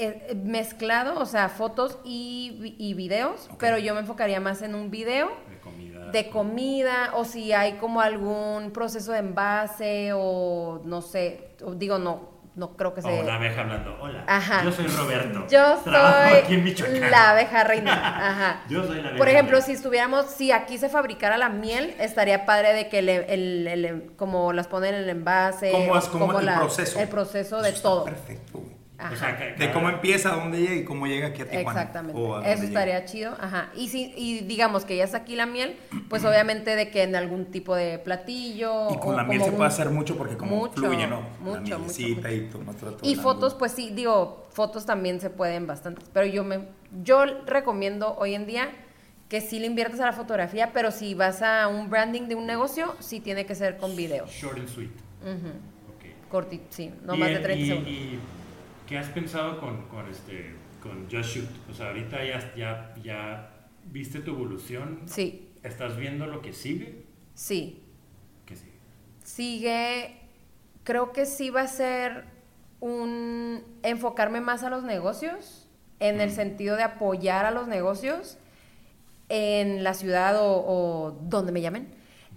S4: eh, mezclado, o sea, fotos y, vi- y videos,
S3: Ok.
S4: pero yo me enfocaría más en un video
S2: De comida.
S4: de comida o si hay como algún proceso de envase o no sé, o digo, no, no creo que
S2: O
S4: se...
S2: la abeja hablando. Hola.
S4: Ajá.
S2: Yo soy Roberto.
S4: Yo
S2: Trabajo
S4: soy
S2: aquí en Michoacán.
S4: la abeja reina. Ajá.
S2: Yo soy la abeja
S4: Por ejemplo,
S2: reina.
S4: si estuviéramos, si aquí se fabricara la miel, estaría padre de que le- el, el- como las ponen en el envase.
S3: ¿Cómo
S4: o
S3: es como el proceso?
S4: El proceso de
S3: Eso está
S4: todo.
S3: Perfecto, güey.
S4: Ajá.
S2: O sea, que-
S3: De cómo empieza, a dónde llega y cómo llega aquí a Tijuana.
S4: Exactamente.
S3: O a dónde
S4: Eso
S3: llega.
S4: estaría chido. Ajá. Y si, y digamos que ya está aquí la miel, pues obviamente de que en algún tipo de platillo.
S3: Y con
S4: o
S3: la miel
S4: como
S3: se
S4: un-
S3: puede hacer mucho porque como
S4: Mucho,
S3: fluye, ¿no?
S4: mucho,
S3: la
S4: mucho,
S3: mielecita
S4: mucho.
S3: y tomas todo- todo
S4: Y
S3: el
S4: fotos,
S3: ángulo.
S4: pues sí, digo, fotos también se pueden bastante, pero yo me yo recomiendo hoy en día que sí le inviertas a la fotografía, pero si vas a un branding de un negocio, sí tiene que ser con video.
S2: Short and sweet. Ok.
S4: Cortito, sí, no
S2: Y
S4: más
S2: el-
S4: de 30
S2: y-
S4: segundos.
S2: y qué has pensado con, con este con Just Shoot? O sea, ahorita ya, ya, ya viste tu evolución.
S4: Sí,
S2: ¿Estás viendo lo que sigue?
S4: sí.
S2: Que sigue.
S4: Sigue, creo que sí va a ser un enfocarme más a los negocios, en el sentido de apoyar a los negocios en la ciudad o, o donde me llamen,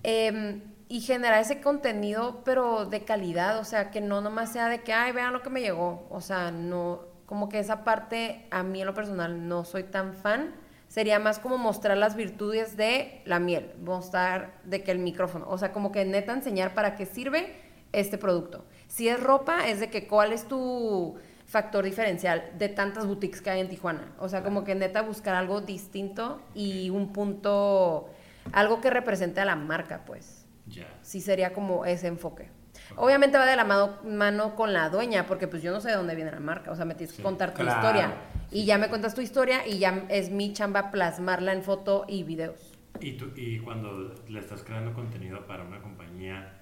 S4: em, y generar ese contenido, pero de calidad, o sea, que no nomás sea de que, ay, vean lo que me llegó, o sea, no, como que esa parte a mí en lo personal no soy tan fan. Sería más como mostrar las virtudes de la miel, mostrar de que el micrófono, o sea, como que neta enseñar para qué sirve este producto. Si es ropa, es de que cuál es tu factor diferencial de tantas boutiques que hay en Tijuana. O sea, como que neta buscar algo distinto y un punto, algo que represente a la marca, pues.
S2: Ya.
S4: Sí sería como ese enfoque. Obviamente va de la mano, mano con la dueña, porque pues yo no sé de dónde viene la marca. O sea, me tienes que
S2: Sí,
S4: contar tu
S3: claro.
S4: historia. Y ya me cuentas tu historia y ya es mi chamba plasmarla en foto y videos.
S2: Y, tú- y cuando le estás creando contenido para una compañía,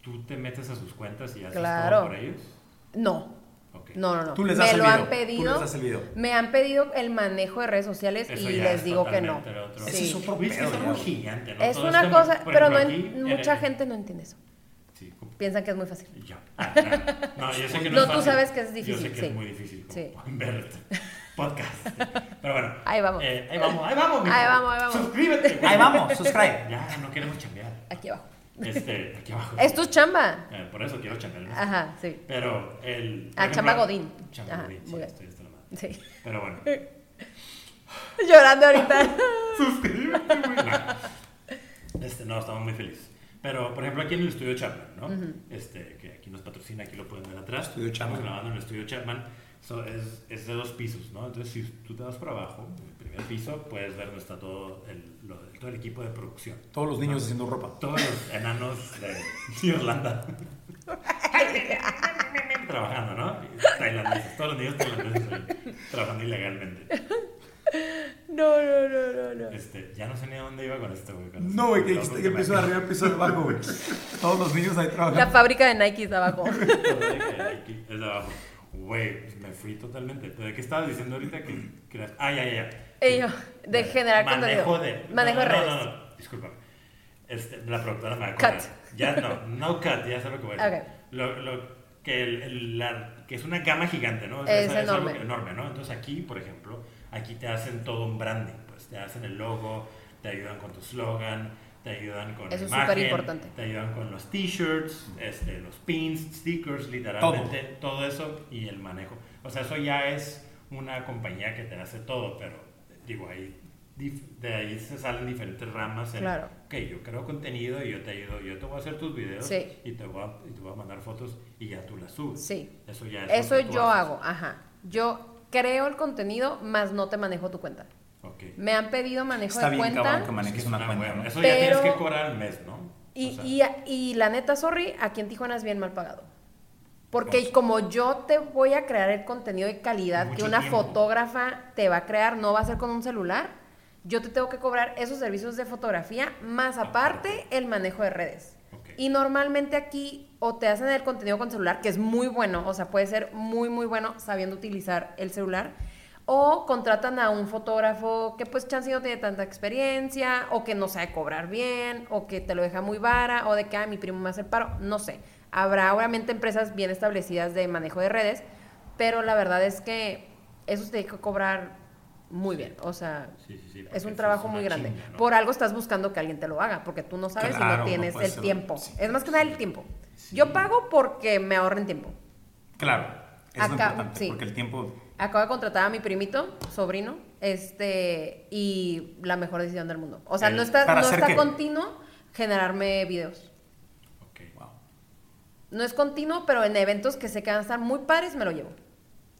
S2: ¿tú te metes a sus cuentas y haces
S4: Claro.
S2: todo por ellos?
S4: No.
S2: Ok.
S4: No, no, no.
S3: Tú les
S4: me
S3: das el
S4: lo
S3: video,
S4: han
S3: tú
S4: pedido.
S3: les das el video.
S4: Me han pedido el manejo de redes sociales
S2: Eso
S4: y
S2: ya
S4: les
S2: es
S4: digo que no.
S2: totalmente otro-
S3: Ese es
S4: Sí.
S3: otro
S2: Es que
S3: pedo,
S2: es
S3: ya.
S2: muy gigante, ¿no?
S4: Es
S2: Todo
S4: una
S2: como-
S4: cosa,
S2: por
S4: pero no
S2: ejemplo,
S4: en-
S2: aquí, en
S4: mucha
S2: el-
S4: gente no entiende eso.
S2: Sí, como-
S4: Piensan que es muy fácil.
S2: Yo. Ah, claro. No, yo sé que no,
S4: No,
S2: es
S4: tú
S2: fácil.
S4: sabes que es
S2: Yo sé
S4: difícil,
S2: que es
S4: sí.
S2: muy difícil como
S4: Sí.
S2: pueden ver este podcast. Pero bueno.
S4: Ahí vamos.
S2: Eh, ahí vamos, ahí vamos. mijo.
S4: Ahí vamos, ahí vamos.
S2: Suscríbete. güey.
S3: Ahí vamos, subscribe.
S2: Ya, no queremos chambear.
S4: Aquí abajo.
S2: Este, aquí abajo.
S4: Es tu chamba.
S2: Eh, por eso quiero chambear.
S4: Ajá, sí.
S2: Pero el...
S4: Ah,
S2: por
S4: chamba
S2: ejemplo,
S4: Godín.
S2: Chamba
S4: Ajá,
S2: Godín, sí,
S4: muy bien.
S2: estoy hasta la madre.
S4: Sí.
S2: Pero bueno.
S4: Llorando ahorita.
S2: Suscríbete, güey. No. Este, no, estamos muy felices. Pero, por ejemplo, aquí en el estudio Chapman, ¿no? Este, que aquí nos patrocina, aquí lo pueden ver atrás.
S3: Estudio
S2: Estamos
S3: Chapman.
S2: grabando en el estudio Chapman. So, es, es de dos pisos, ¿no? Entonces, si tú te vas para abajo, en el primer piso, puedes ver dónde está todo el, lo- todo el equipo de producción.
S3: Todos los niños haciendo ropa.
S2: Todos los enanos de Irlanda. trabajando, ¿no? Tailandeses, todos los niños tailandeses ahí, trabajando ilegalmente.
S4: No, no, no, no, no.
S2: Este, ya no sé ni a dónde iba con esto, güey. con
S3: No,
S2: esto.
S3: güey, que
S2: Todo
S3: dijiste que
S2: me-
S3: piso de arriba, piso de abajo, güey. Todos los niños ahí
S4: La
S3: trabajando.
S4: fábrica de Nike está abajo.
S2: Todo de que aquí, Es de abajo. Güey, pues me fui totalmente. ¿De qué estabas diciendo ahorita? Que, que las- Ah, ya, ya, ya.
S4: Y Eh, yo, de generar
S2: manejo
S4: contenido.
S2: De,
S4: Manejo
S2: no, no,
S4: de redes.
S2: No, no, no, discúlpame. Este, la productora me va a correr.
S4: Cut.
S2: Ya no, no cut, ya sé lo que voy a decir.
S4: Ok.
S2: Lo, lo- que, el- el- la- que es una gama gigante, ¿no? sea,
S4: Es
S2: algo
S4: enorme.
S2: que- enorme, ¿no? Entonces aquí, por ejemplo, aquí te hacen todo un branding, pues te hacen el logo, te ayudan con tu slogan, te ayudan con
S4: Eso es
S2: imagen,
S4: superimportante.
S2: te ayudan con los t-shirts, este, los pins, stickers, literalmente todo eso y el manejo. O sea, eso ya es una compañía que te hace todo, pero digo, ahí dif- de ahí se salen diferentes ramas. en,
S4: Claro.
S2: Ok, yo creo contenido y yo te ayudo, yo te voy a hacer tus videos
S4: Sí.
S2: y, te voy a, y te voy a mandar fotos y ya tú las subes.
S4: Sí.
S2: Eso ya es
S4: Eso
S2: lo que tú
S4: yo
S2: haces.
S4: hago, ajá. Yo creo el contenido, más no te manejo tu cuenta.
S2: Ok.
S4: Me han pedido manejo
S3: Está
S4: de
S3: bien
S4: cuenta.
S3: cabrón que
S2: Es que
S3: manejes
S2: es
S3: una
S2: una
S3: cuenta.
S2: hueva.
S3: ¿no?
S2: Eso ya
S4: Pero-
S2: tienes que cobrar al mes, ¿no?
S4: Y,
S2: O sea,
S4: y- y la neta, sorry, aquí en Tijuana es bien mal pagado. Porque como yo te voy a crear el contenido de calidad
S2: Pues. Mucho
S4: que una
S2: tiempo.
S4: fotógrafa te va a crear, no va a ser con un celular, yo te tengo que cobrar esos servicios de fotografía, más
S2: Aparte.
S4: aparte el manejo de redes.
S2: Ok.
S4: Y normalmente aquí o te hacen el contenido con celular, que es muy bueno, o sea, puede ser muy, muy bueno sabiendo utilizar el celular, o contratan a un fotógrafo que pues chance no tiene tanta experiencia, o que no sabe cobrar bien, o que te lo deja muy vara, o de que "Ah, mi primo me hace el paro, no sé. Habrá obviamente empresas bien establecidas de manejo de redes, pero la verdad es que eso te tiene que cobrar muy bien, o sea,
S2: Sí, sí, sí, porque
S4: es
S2: sí
S4: un
S2: es
S4: trabajo
S2: una
S4: muy grande.
S2: chinga, ¿no?
S4: Por algo estás buscando que alguien te lo haga, porque tú no sabes
S3: Claro,
S4: y
S3: no
S4: no tienes
S3: puede
S4: el
S3: ser-
S4: tiempo.
S3: sí.
S4: es más que nada el tiempo.
S2: Sí.
S4: Yo pago porque me ahorren tiempo.
S3: Claro, es lo
S4: Acá,
S3: importante,
S4: sí.
S3: porque el tiempo
S4: Acabo de contratar a mi primito, sobrino, este, y la mejor decisión del mundo. O sea,
S2: El-
S4: no está,
S3: ¿para
S4: no
S3: hacer
S4: está
S3: qué?
S4: continuo generarme videos.
S2: ok,
S3: wow,
S4: No es continuo, pero en eventos que sé que van a estar muy pares me lo llevo.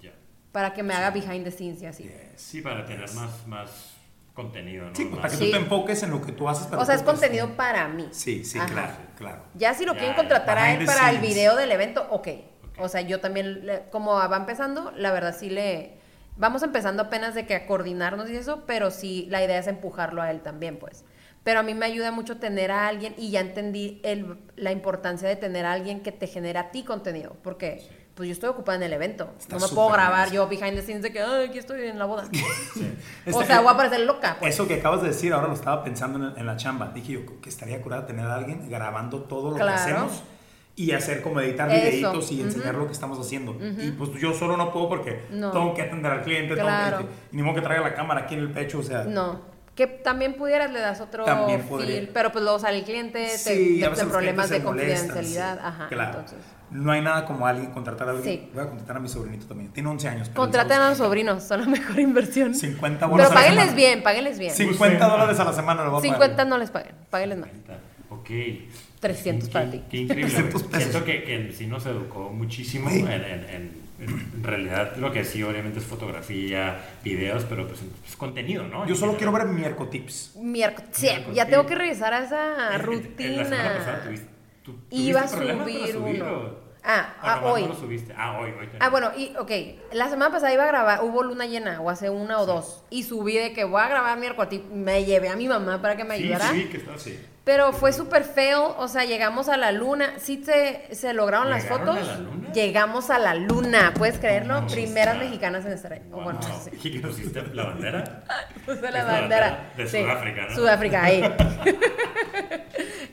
S2: ya.
S4: Para que me haga behind the scenes y así.
S3: yes.
S2: Sí, para tener más, más contenido, ¿no?
S3: Sí, pues, para
S2: Más-
S3: que
S4: Sí.
S3: tú te enfoques en lo que tú haces. pero
S4: O sea,
S3: tú
S4: es
S3: te-
S4: contenido para mí.
S3: Sí, sí,
S4: Ajá.
S3: claro, claro.
S4: Ya si lo
S2: Ya,
S4: quieren
S2: ya.
S4: contratar a
S3: Behind
S4: él
S3: the
S4: para el
S3: scenes.
S4: video del evento, ok.
S2: Ok.
S4: O sea, yo también, le- como va empezando, la verdad sí le... Vamos empezando apenas de que a coordinarnos y eso, pero sí la idea es empujarlo a él también, pues. Pero a mí me ayuda mucho tener a alguien y ya entendí el, la importancia de tener a alguien que te genera a ti contenido, porque pues yo estoy ocupada en el evento.
S3: Está
S4: no me
S3: súper
S4: puedo grabar
S3: bien
S4: yo behind the scenes de que, ay, aquí estoy en la boda. o
S3: Este-
S4: sea, voy a parecer loca. Pues.
S3: Eso que acabas de decir, ahora lo estaba pensando en, en la chamba. Dije yo que estaría curada tener a alguien grabando todo lo
S4: Claro.
S3: que hacemos y hacer como editar
S4: Eso,
S3: videitos y
S4: ujú.
S3: enseñar lo que estamos haciendo. Y pues yo solo no puedo porque
S4: No.
S3: tengo que atender al cliente, tengo que- este,
S4: Claro.
S3: ni modo que traiga la cámara aquí en el pecho, o sea.
S4: No. Que también pudieras, le das otro
S3: También
S4: feel,
S3: podría.
S4: pero pues luego sale el cliente, te,
S3: Sí,
S4: te-
S3: a veces
S4: te
S3: los
S4: problemas de
S3: clientes se molestan,
S4: confidencialidad.
S3: sí.
S4: Ajá,
S3: Claro.
S4: entonces.
S3: No hay nada como alguien, contratar a alguien.
S4: Sí.
S3: Voy a contratar a mi sobrinito también. Tiene 11 años. pero
S4: Contraten a
S3: los-
S4: los sobrinos, son la mejor inversión.
S3: 50 bolas
S4: pero
S3: a la
S4: páguenles
S3: semana.
S4: bien, páguenles bien.
S3: 50 dólares a la semana lo voy a pagar.
S4: 50 no les paguen, páguenles más.
S2: Ok.
S4: 300
S2: Qué-
S4: para ti.
S2: Qué increíble.
S3: 300
S2: güey.
S3: pesos.
S2: Siento que, que el sí nos educó muchísimo
S3: Sí.
S2: en, en- en- en realidad. Lo que sí, obviamente, es fotografía, videos, pero pues es contenido, ¿no?
S3: Yo solo quiero ver miercotips.
S4: Miércoles, sí,
S2: Miércoles,
S4: ya
S2: sí.
S4: tengo que regresar a
S3: Eh,
S4: esa
S2: En- en- en la semana pasada
S4: Ah, rutina.
S2: tuviste- tu- ¿tuviste
S4: Iba a
S2: problemas para
S4: subir uno.
S2: o-
S4: Ah,
S2: Ah,
S4: ah,
S2: nomás
S4: hoy.
S2: No lo subiste. Ah, hoy, hoy. también.
S4: Ah, bueno, y ok, la semana pasada iba a grabar, hubo luna llena, o hace una o dos, y subí de que voy a grabar miércoles, y me llevé a mi mamá para que me
S2: Sí,
S4: ayudara.
S2: Sí, que está así.
S4: Pero fue súper feo, o sea, llegamos a la luna, sí se, se lograron las
S2: ¿Llegaron
S4: fotos.
S2: a la luna?
S4: Llegamos a la luna, ¿puedes creerlo?
S2: manches,
S4: Primeras
S2: ah.
S4: mexicanas en estar ahí. O Oh, bueno, no sé.
S2: ¿Y pusiste la bandera?
S4: Puse
S2: Es
S4: la
S2: la
S4: bandera.
S2: bandera de
S4: Sí,
S2: Sudáfrica, ¿no?
S4: Sudáfrica, ahí.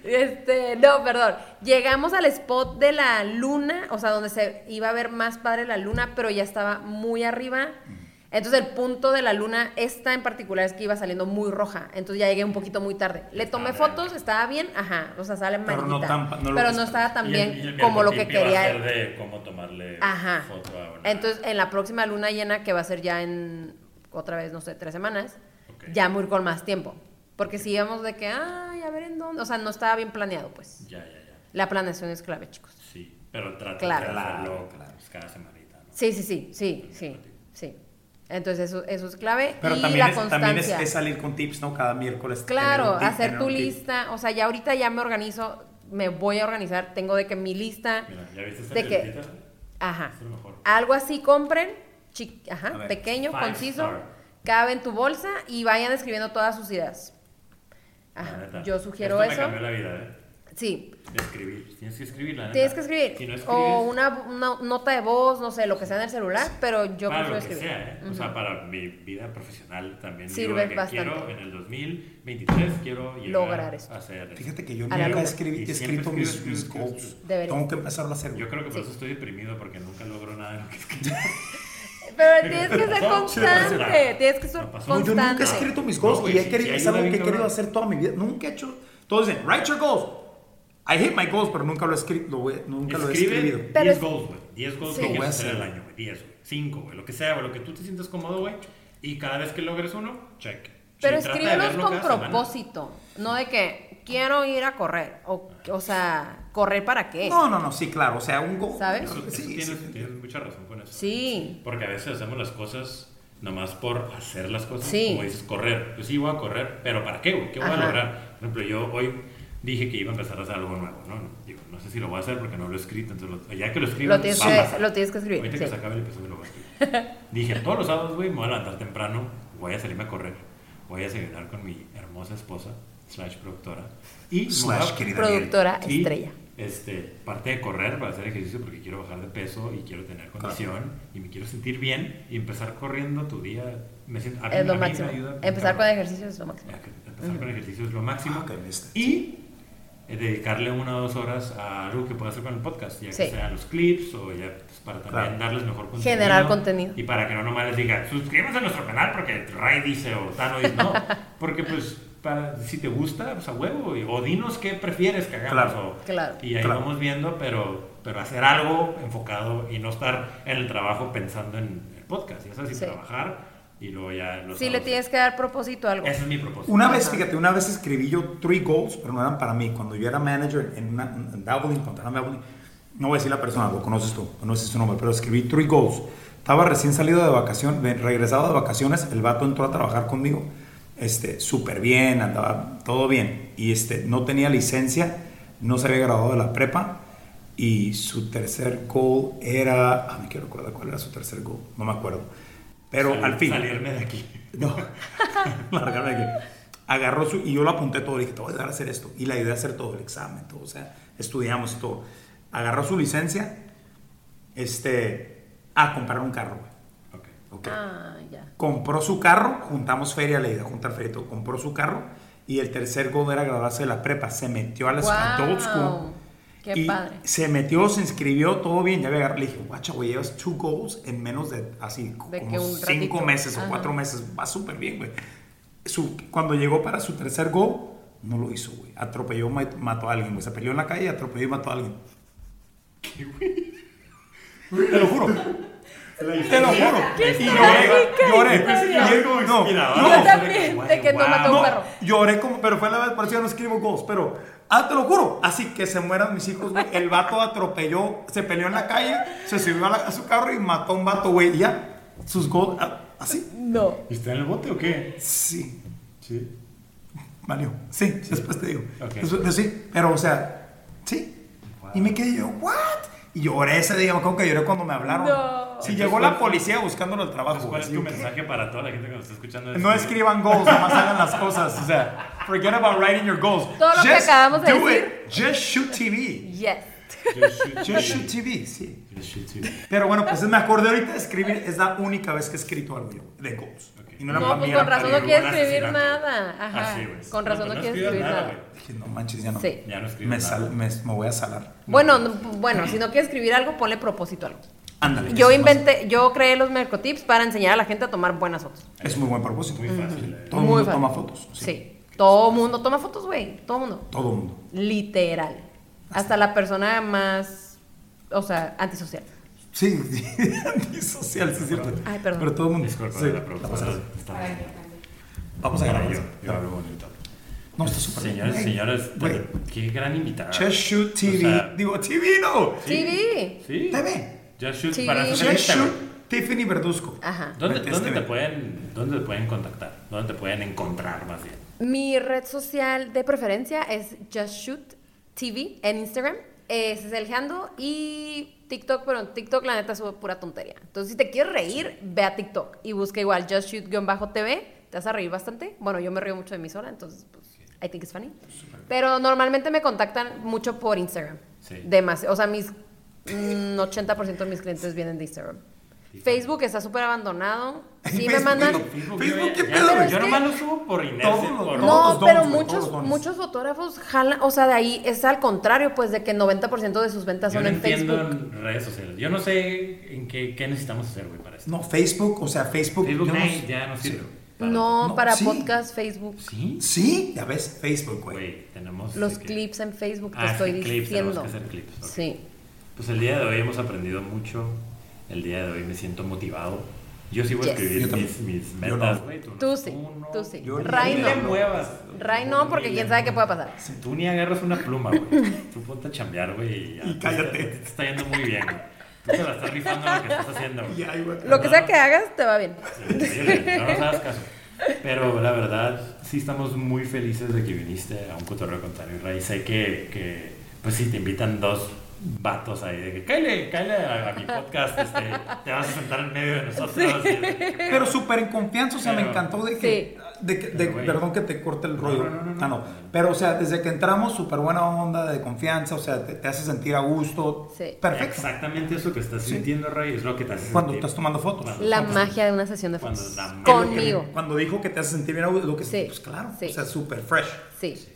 S4: este, no, perdón. Llegamos al spot de la luna, o sea, donde se iba a ver más padre la luna, pero ya estaba muy arriba. Entonces el punto de la luna, esta en particular, es que iba saliendo muy roja. Entonces ya llegué un poquito muy tarde. Le tomé
S2: Estaba
S4: fotos, estaba bien, ajá. O sea, sale
S3: Pero no
S4: amarillita.
S3: tan pa- no lo
S4: pero
S3: ves
S4: no
S3: tan-
S4: estaba tan bien
S2: Y el- y el
S4: como lo que
S2: miércoles iba a
S4: quería.
S2: ser de cómo tomarle
S4: Ajá.
S2: foto
S3: ah,
S2: a una-
S4: Entonces, en la próxima luna llena, que va a ser ya en otra vez, no sé, tres semanas,
S2: Ok.
S4: ya muy con más tiempo. Porque si íbamos de que, ay, a ver en dónde. O sea, no estaba bien planeado, pues.
S2: Ya, ya, ya.
S4: La planeación es clave, chicos.
S2: Sí, pero trata de
S4: Claro.
S2: hacerlo
S3: Claro, claro.
S2: pues, cada semanita, ¿no?
S4: Sí, sí, sí, sí, sí, sí. Entonces, eso, eso es clave.
S3: Pero
S4: y
S3: también,
S4: la
S3: es,
S4: constancia.
S3: también es, es salir con tips, ¿no? Cada miércoles. tener
S4: Claro,
S3: un tip,
S4: hacer
S3: tener
S4: tu
S3: un tip.
S4: lista. O sea, ya ahorita ya me organizo, me voy a organizar. Tengo de que mi lista.
S2: Mira, ¿ya viste esta
S4: de Ah. que-
S2: libretita?
S4: Ajá.
S2: Es lo mejor.
S4: Algo así compren, chi- ajá,
S3: A ver,
S4: pequeño,
S2: five
S4: conciso,
S2: star.
S4: cabe en tu bolsa y vayan escribiendo todas sus ideas. Ajá,
S2: La neta.
S4: Ah, yo sugiero
S2: Esto
S4: eso.
S2: me cambió la vida, ¿eh?
S4: Sí,
S2: Escribir. Tienes que escribir, la neta.
S4: tienes que escribir.
S2: Si no escribes,
S4: o una, una nota de voz, no sé, lo que sea en el celular, pero yo
S2: para
S4: prefiero
S2: lo que
S4: escribir.
S2: sea, ¿eh? o sea, para mi vida profesional también. digo
S4: Sirve
S2: de que
S4: bastante.
S2: Quiero, en el 2023 quiero llegar
S4: Lograr esto.
S2: a hacer.
S3: Fíjate que yo
S4: A la
S3: nunca he
S4: luna.
S3: escribí-
S2: Y
S3: he
S2: siempre
S3: escrito
S2: escribes,
S3: mis, mis
S2: escribes,
S3: goals.
S2: escribes.
S4: Deberías.
S3: Tengo que empezarlo a hacer. güey.
S2: Yo creo que por
S4: Sí.
S2: eso estoy deprimido porque nunca logro nada de lo que escribo.
S4: Pero tienes que ser
S2: No,
S4: constante,
S2: no,
S4: tienes que ser
S2: no pasó.
S3: No, yo nunca
S4: constante.
S3: he escrito mis
S2: No,
S3: goals,
S2: güey,
S3: y he
S2: sí,
S3: querido-
S2: sí,
S3: es
S2: ayuda
S3: algo que
S2: bien
S3: he querido
S2: cabrón.
S3: hacer toda mi vida. Nunca he hecho. Todos dicen, write your goals. I hate my goals, pero nunca lo he escrito. lo he- nunca lo he escribido.
S2: Escribe
S4: Pero
S2: 10
S4: es-
S2: goals, güey. 10 goals
S4: Sí.
S2: que
S4: Lo
S3: voy a
S2: quieres hacer
S3: hacer.
S2: el año, güey. 10, güey. 5, güey. Lo que sea, güey. Lo que tú te sientas cómodo, güey. Y cada vez que logres uno, check.
S4: Pero
S2: Sí, trata de
S4: escríbelos
S2: verlo
S4: con
S2: cada semana.
S4: propósito, no de que quiero ir a correr, o, o sea, ¿correr para qué?
S3: No, no, no, sí, claro. O sea, un goal.
S4: Eh. ¿Sabes?
S2: Eso- eso
S3: Sí, sí,
S2: tienes,
S3: sí.
S2: tienes mucha razón con eso.
S4: Sí.
S2: Porque a veces hacemos las cosas nomás por hacer las cosas.
S4: Sí.
S2: Como dices, correr. Yo sí voy a correr, pero ¿para qué, güey? ¿Qué voy
S4: Ajá.
S2: a lograr? Por ejemplo, yo hoy dije que iba a empezar a hacer algo nuevo, ¿no? No, Digo, no sé si lo voy a hacer porque no lo he escrito. Entonces, lo- ya que lo escribo,
S4: Lo tienes
S2: va a
S4: que-
S2: pasar.
S4: lo tienes que escribir,
S2: Ahorita
S4: sí.
S2: que se acabe el episodio, lo voy a escribir. dije, todos los sábados, güey, me voy a levantar temprano, voy a salirme a correr, voy a desayunar con mi hermosa esposa, slash productora. Y me voy a-
S3: Slash, querida Miel.
S4: Productora
S2: y,
S4: estrella.
S2: Este, parte de correr para hacer ejercicio porque quiero bajar de peso y quiero tener condición y me quiero sentir bien y empezar corriendo tu día. Me siento, a mí-
S4: Es
S2: a
S4: lo
S2: mí
S4: máximo.
S2: Me ayuda,
S4: Empezar
S2: cabrón.
S4: con ejercicio es lo máximo.
S2: Empezar con ejercicio es lo máximo.
S3: Ah, ok, listo.
S2: Y eh, dedicarle una o dos horas a algo que pueda hacer con el podcast, ya
S4: Sí.
S2: que sea los clips o ya pues, para también
S3: Claro.
S2: darles mejor contenido.
S4: Generar contenido.
S2: Y para que no nomás les diga, suscríbanse a nuestro canal porque Ray dice o Tano dice, no. Porque pues, para, si te gusta, pues a huevo. y- O dinos qué prefieres que hagamos.
S3: Claro.
S2: o-
S4: Claro.
S2: Y ahí
S3: Claro.
S2: vamos viendo, pero, pero hacer algo enfocado y no estar en el trabajo pensando en el podcast. Ya sabes, y
S4: Sí.
S2: trabajar y luego ya... los
S4: Sí, le
S2: sábados.
S4: tienes que dar propósito a algo.
S2: Ese es mi propósito.
S3: Una vez, fíjate, una vez escribí yo three goals, pero no eran para mí. Cuando yo era manager en, una, en Valvoline, cuando era en Valvoline, no voy a decir la persona, lo conoces tú, conoces su nombre, pero escribí three goals. Estaba recién salido de vacación, de- regresado de vacaciones, el vato entró a trabajar conmigo, este, súper bien, andaba todo bien, y este, no tenía licencia, no se había graduado de la prepa, y su tercer goal era, ah, me quiero acordar cuál era su tercer goal, no me acuerdo, pero
S2: Salir-
S3: al fin.
S2: Salirme de aquí.
S3: No, largarme de aquí. Agarró su, y yo lo apunté todo, le dije, te voy a ayudar a hacer esto. Y le ayudé a hacer todo el examen, todo, o sea, estudiamos y todo. Agarró su licencia, este, a comprar un carro, güey.
S2: Ok.
S3: Ok.
S4: Ah, ya.
S3: Compró su carro, juntamos feria, le ayudé a juntar feria y todo. Compró su carro y el tercer goal era graduarse de la prepa. Se metió a la a
S4: Guau,
S3: Dove School.
S4: qué
S3: y
S4: padre.
S3: Se metió, se inscribió, todo bien. Ya había agarrado, le dije, guacha, güey, llevas two goals en menos de así
S4: De que
S3: como
S4: un
S3: cinco
S4: ratito.
S3: meses o
S4: Ajá.
S3: cuatro meses. Va súper bien, güey. Su- cuando llegó para su tercer goal, no lo hizo, güey. Atropelló, ma- mató a alguien, güey. Se peleó en la calle, atropelló y mató a alguien. Te lo juro. Te lo juro. Y lloré,
S4: trágica
S3: lloré.
S4: historia.
S3: Lloré como
S2: No,
S3: inspirador.
S4: Yo
S3: No,
S4: también, de que no mató a un
S3: Ah, no,
S4: perro.
S3: lloré como, pero fue la vez, por eso ya no escribo goals, pero, ah, te lo juro, así que se mueran mis hijos, güey, el vato atropelló, se peleó en la calle, se subió a, la- a su carro y mató a un vato, güey, y ya, sus goals, ah, así,
S4: No.
S2: ¿Y está en el bote o qué?
S3: sí,
S2: Sí.
S3: valió, sí, después te digo,
S2: Ok.
S3: Después- pero sí, pero, o sea, sí, y me quedé yo, what, y lloré ese día, me acuerdo que lloré cuando me hablaron,
S4: No.
S3: si llegó la policía buscándolo al trabajo,
S2: Entonces, ¿Cuál es
S3: así,
S2: tu
S3: ¿qué?
S2: mensaje para toda la gente que nos está escuchando?
S3: No escriban goals, nomás hagan las cosas. O sea, forget about writing your goals.
S4: Todo lo que acabamos de
S3: do
S4: decir.
S3: It. Just shoot TV.
S4: Yes.
S3: Just shoot TV, sí.
S2: Just shoot you.
S3: Pero bueno, pues me acordé ahorita de escribir. Es la única vez que he escrito algo yo de goals.
S2: Ok.
S3: Y no era
S4: No,
S3: para
S4: pues
S3: mí,
S4: con
S3: era para
S4: razón
S3: mí.
S4: no quieres
S2: un
S4: escribir
S2: asesinato.
S4: nada. Ajá.
S2: Así, güey. pues,
S4: Con razón no, quieres
S2: escribas
S4: escribir nada.
S2: güey.
S3: Dije, no manches, ya no.
S4: Sí.
S2: Ya no escribes
S3: Me,
S2: nada.
S3: sal- me, me voy a salar.
S4: Bueno, no, bueno, si no quieres escribir algo, ponle propósito a algo.
S3: Ándale.
S4: Yo
S3: eso
S4: inventé, yo creé los mercotips para enseñar a la gente a tomar buenas fotos.
S3: pasa. Es muy buen propósito.
S2: Muy fácil. eh.
S3: Todo el mundo
S4: fácil.
S3: toma fotos.
S4: Sí. Todo mundo toma fotos, güey. Todo mundo.
S3: Todo el mundo.
S4: Literal. Hasta la persona más, o sea, antisocial.
S3: Sí, sí, antisocial, sí es cierto.
S4: Ay, perdón.
S3: Pero todo el mundo.
S2: Disculpa,
S3: sí,
S2: la productora
S3: vamos
S2: está-
S3: a- Vamos a
S2: Ahora
S3: grabar.
S2: yo,
S3: eso.
S2: yo hablo bonito.
S3: No, está súper bien.
S2: Señores,
S3: Güey,
S2: señores,
S3: güey.
S2: qué gran invitada.
S3: Just Shoot TV.
S2: O sea,
S3: Digo, TV no.
S4: TV.
S2: Sí.
S3: TV.
S2: Just shoot
S4: Sí.
S2: para hacer
S3: Just
S2: Instagram.
S3: Shoot Tiffany Verduzco.
S4: Ajá.
S2: ¿Dónde,
S3: Vete,
S2: dónde
S3: este
S2: te
S3: ve.
S2: pueden, ¿Dónde te pueden contactar? ¿Dónde te pueden encontrar más bien?
S4: Mi red social de preferencia es Just Shoot TV en Instagram. Ese es el handle. Y TikTok, pero en TikTok la neta sube pura tontería. Entonces, si te quieres reír, ve a TikTok y busca igual Just Shoot-TV. Te vas a reír bastante. Bueno, yo me río mucho de mí sola, entonces, pues, I think it's funny. Pero normalmente me contactan mucho por Instagram.
S2: Sí.
S4: Demasi- o sea, mis mm, 80% de mis clientes vienen de Instagram. Facebook está súper abandonado. Sí me
S3: Facebook,
S4: mandan...
S3: digo, Facebook,
S2: yo,
S3: ¿qué
S2: ya-
S3: pedo,
S2: ya-
S3: güey?
S2: yo nomás lo subo por inercia.
S3: Todos los-
S2: por-
S3: todos
S4: No,
S3: los
S4: pero
S3: dones, güey,
S4: muchos,
S3: todos los dones.
S4: muchos fotógrafos jalan, o sea, de ahí es al contrario, pues, de que 90% de sus ventas
S2: Yo
S4: son
S2: no
S4: en
S2: entiendo
S4: Facebook.
S2: en redes sociales. Yo no sé en qué, qué necesitamos hacer, güey, para esto.
S3: No, Facebook, o sea, Facebook.
S2: Facebook
S3: yo no
S2: Night
S3: sé.
S2: ya no sirve. para-
S4: No,
S3: No,
S4: para
S3: sí.
S4: podcast, Facebook.
S2: ¿Sí?
S3: Sí, ya ves, Facebook, güey.
S2: Güey, tenemos...
S4: Los
S2: de que-
S4: clips en Facebook, te
S2: Ah, sí,
S4: estoy
S2: clips, tenemos
S4: diciendo.
S2: que hacer clips, ok.
S4: Sí.
S2: Pues el día de hoy hemos aprendido mucho. El día de hoy me siento motivado. Yo sí voy a
S4: Yes.
S2: escribir
S3: Yo
S2: mis,
S3: también.
S2: mis
S3: Yo
S2: metas,
S3: no.
S2: güey. no-
S4: Tú sí,
S2: no-
S4: tú sí.
S3: Yo ni-
S4: Ray
S2: ni
S4: no.
S2: le muevas.
S4: Ray no, porque
S2: Ni le
S4: quién sabe qué pueda
S2: muevas.
S4: pasar.
S2: Tú ni agarras una pluma, güey. Tú ponte a chambear, güey. Y, ya.
S3: Y cállate.
S2: Te, te está yendo muy bien, güey. Tú te la estás rifando en lo que estás haciendo, güey.
S3: Ya, güey.
S4: Lo que sea que hagas, te va bien.
S2: Horrible, No nos hagas caso. Pero la verdad, sí estamos muy felices de que viniste a un cotorreo con Tano y Ray. Sé que, que, pues si te invitan dos vatos ahí, de que cállale, cállale a, a mi podcast, este, te vas a sentar en medio de nosotros. y-
S3: Pero súper en confianza, o sea, me
S2: Pero-
S3: encantó de que. De, que- de-
S2: Pero, güey.
S3: perdón que te corte el
S2: No,
S3: rollo.
S2: no, no, no,
S3: Ah,
S2: no.
S3: no. Pero, o sea, desde que entramos, súper buena onda, de confianza, o sea, te, te hace sentir a gusto.
S4: Sí.
S3: Perfecto.
S2: Exactamente eso que estás
S3: Sí.
S2: sintiendo, Ray, es lo que te hace
S3: Cuando
S2: sentir.
S3: estás tomando fotos.
S2: Cuando-
S4: La magia de una sesión de
S2: Cuando
S4: fotos.
S2: la magia-
S4: Conmigo.
S3: Cuando dijo que te hace sentir bien a gusto, lo que
S4: Sí.
S3: pues claro,
S4: Sí.
S3: o sea, súper fresh.
S4: Sí.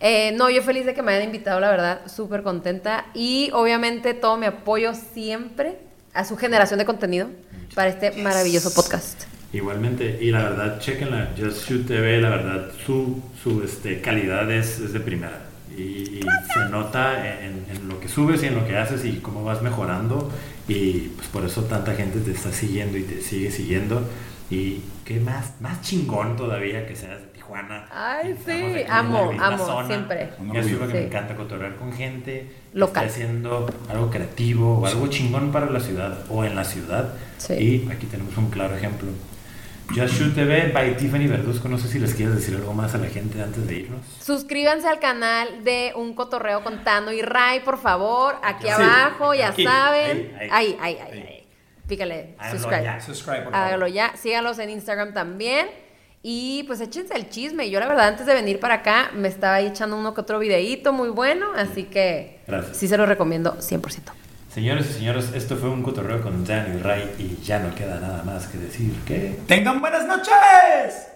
S4: Eh, no, yo feliz de que me hayan invitado, la verdad, súper contenta. Y obviamente todo mi apoyo siempre a su generación de contenido para este maravilloso podcast.
S2: Igualmente, y la verdad, chequenla, Just Shoot TV, la verdad, su, su este, calidad es, es de primera. Y, y se nota en, en lo que subes y en lo que haces y cómo vas mejorando. Y pues por eso tanta gente te está siguiendo y te sigue siguiendo. Y qué más, más chingón todavía que seas de Tijuana. Y
S4: Ay,
S2: estamos
S4: sí,
S2: aquí en la
S4: amo,
S2: misma
S4: amo, siempre.
S2: Y eso es lo que me
S4: Sí.
S2: encanta, cotorrear con gente. que
S4: Local.
S2: esté haciendo algo creativo o algo chingón para la ciudad o en la ciudad.
S4: Sí.
S2: Y aquí tenemos un claro ejemplo. Just Shoot TV by Tiffany Verduzco. No sé si les quieres decir algo más a la gente antes de irnos.
S4: Suscríbanse al canal de Un Cotorreo con Tano y Ray, por favor. Aquí
S2: Sí,
S4: abajo, ya
S2: aquí,
S4: saben.
S2: ahí,
S4: Ahí,
S2: ahí.
S4: ahí, ahí. ahí. Pícale,
S2: Háganlo
S4: subscribe.
S2: ya.
S3: Subscribe, por favor.
S4: Hágalo ya. Síganlos en Instagram también. Y pues échense el chisme. Yo, la verdad, antes de venir para acá, me estaba ahí echando uno que otro videíto muy bueno. Así que
S2: Mm. Gracias.
S4: sí se los recomiendo 100%.
S2: Señores y señores, esto fue un cotorreo con Dan y Ray y ya no queda nada más que decir que...
S3: Tengan buenas noches.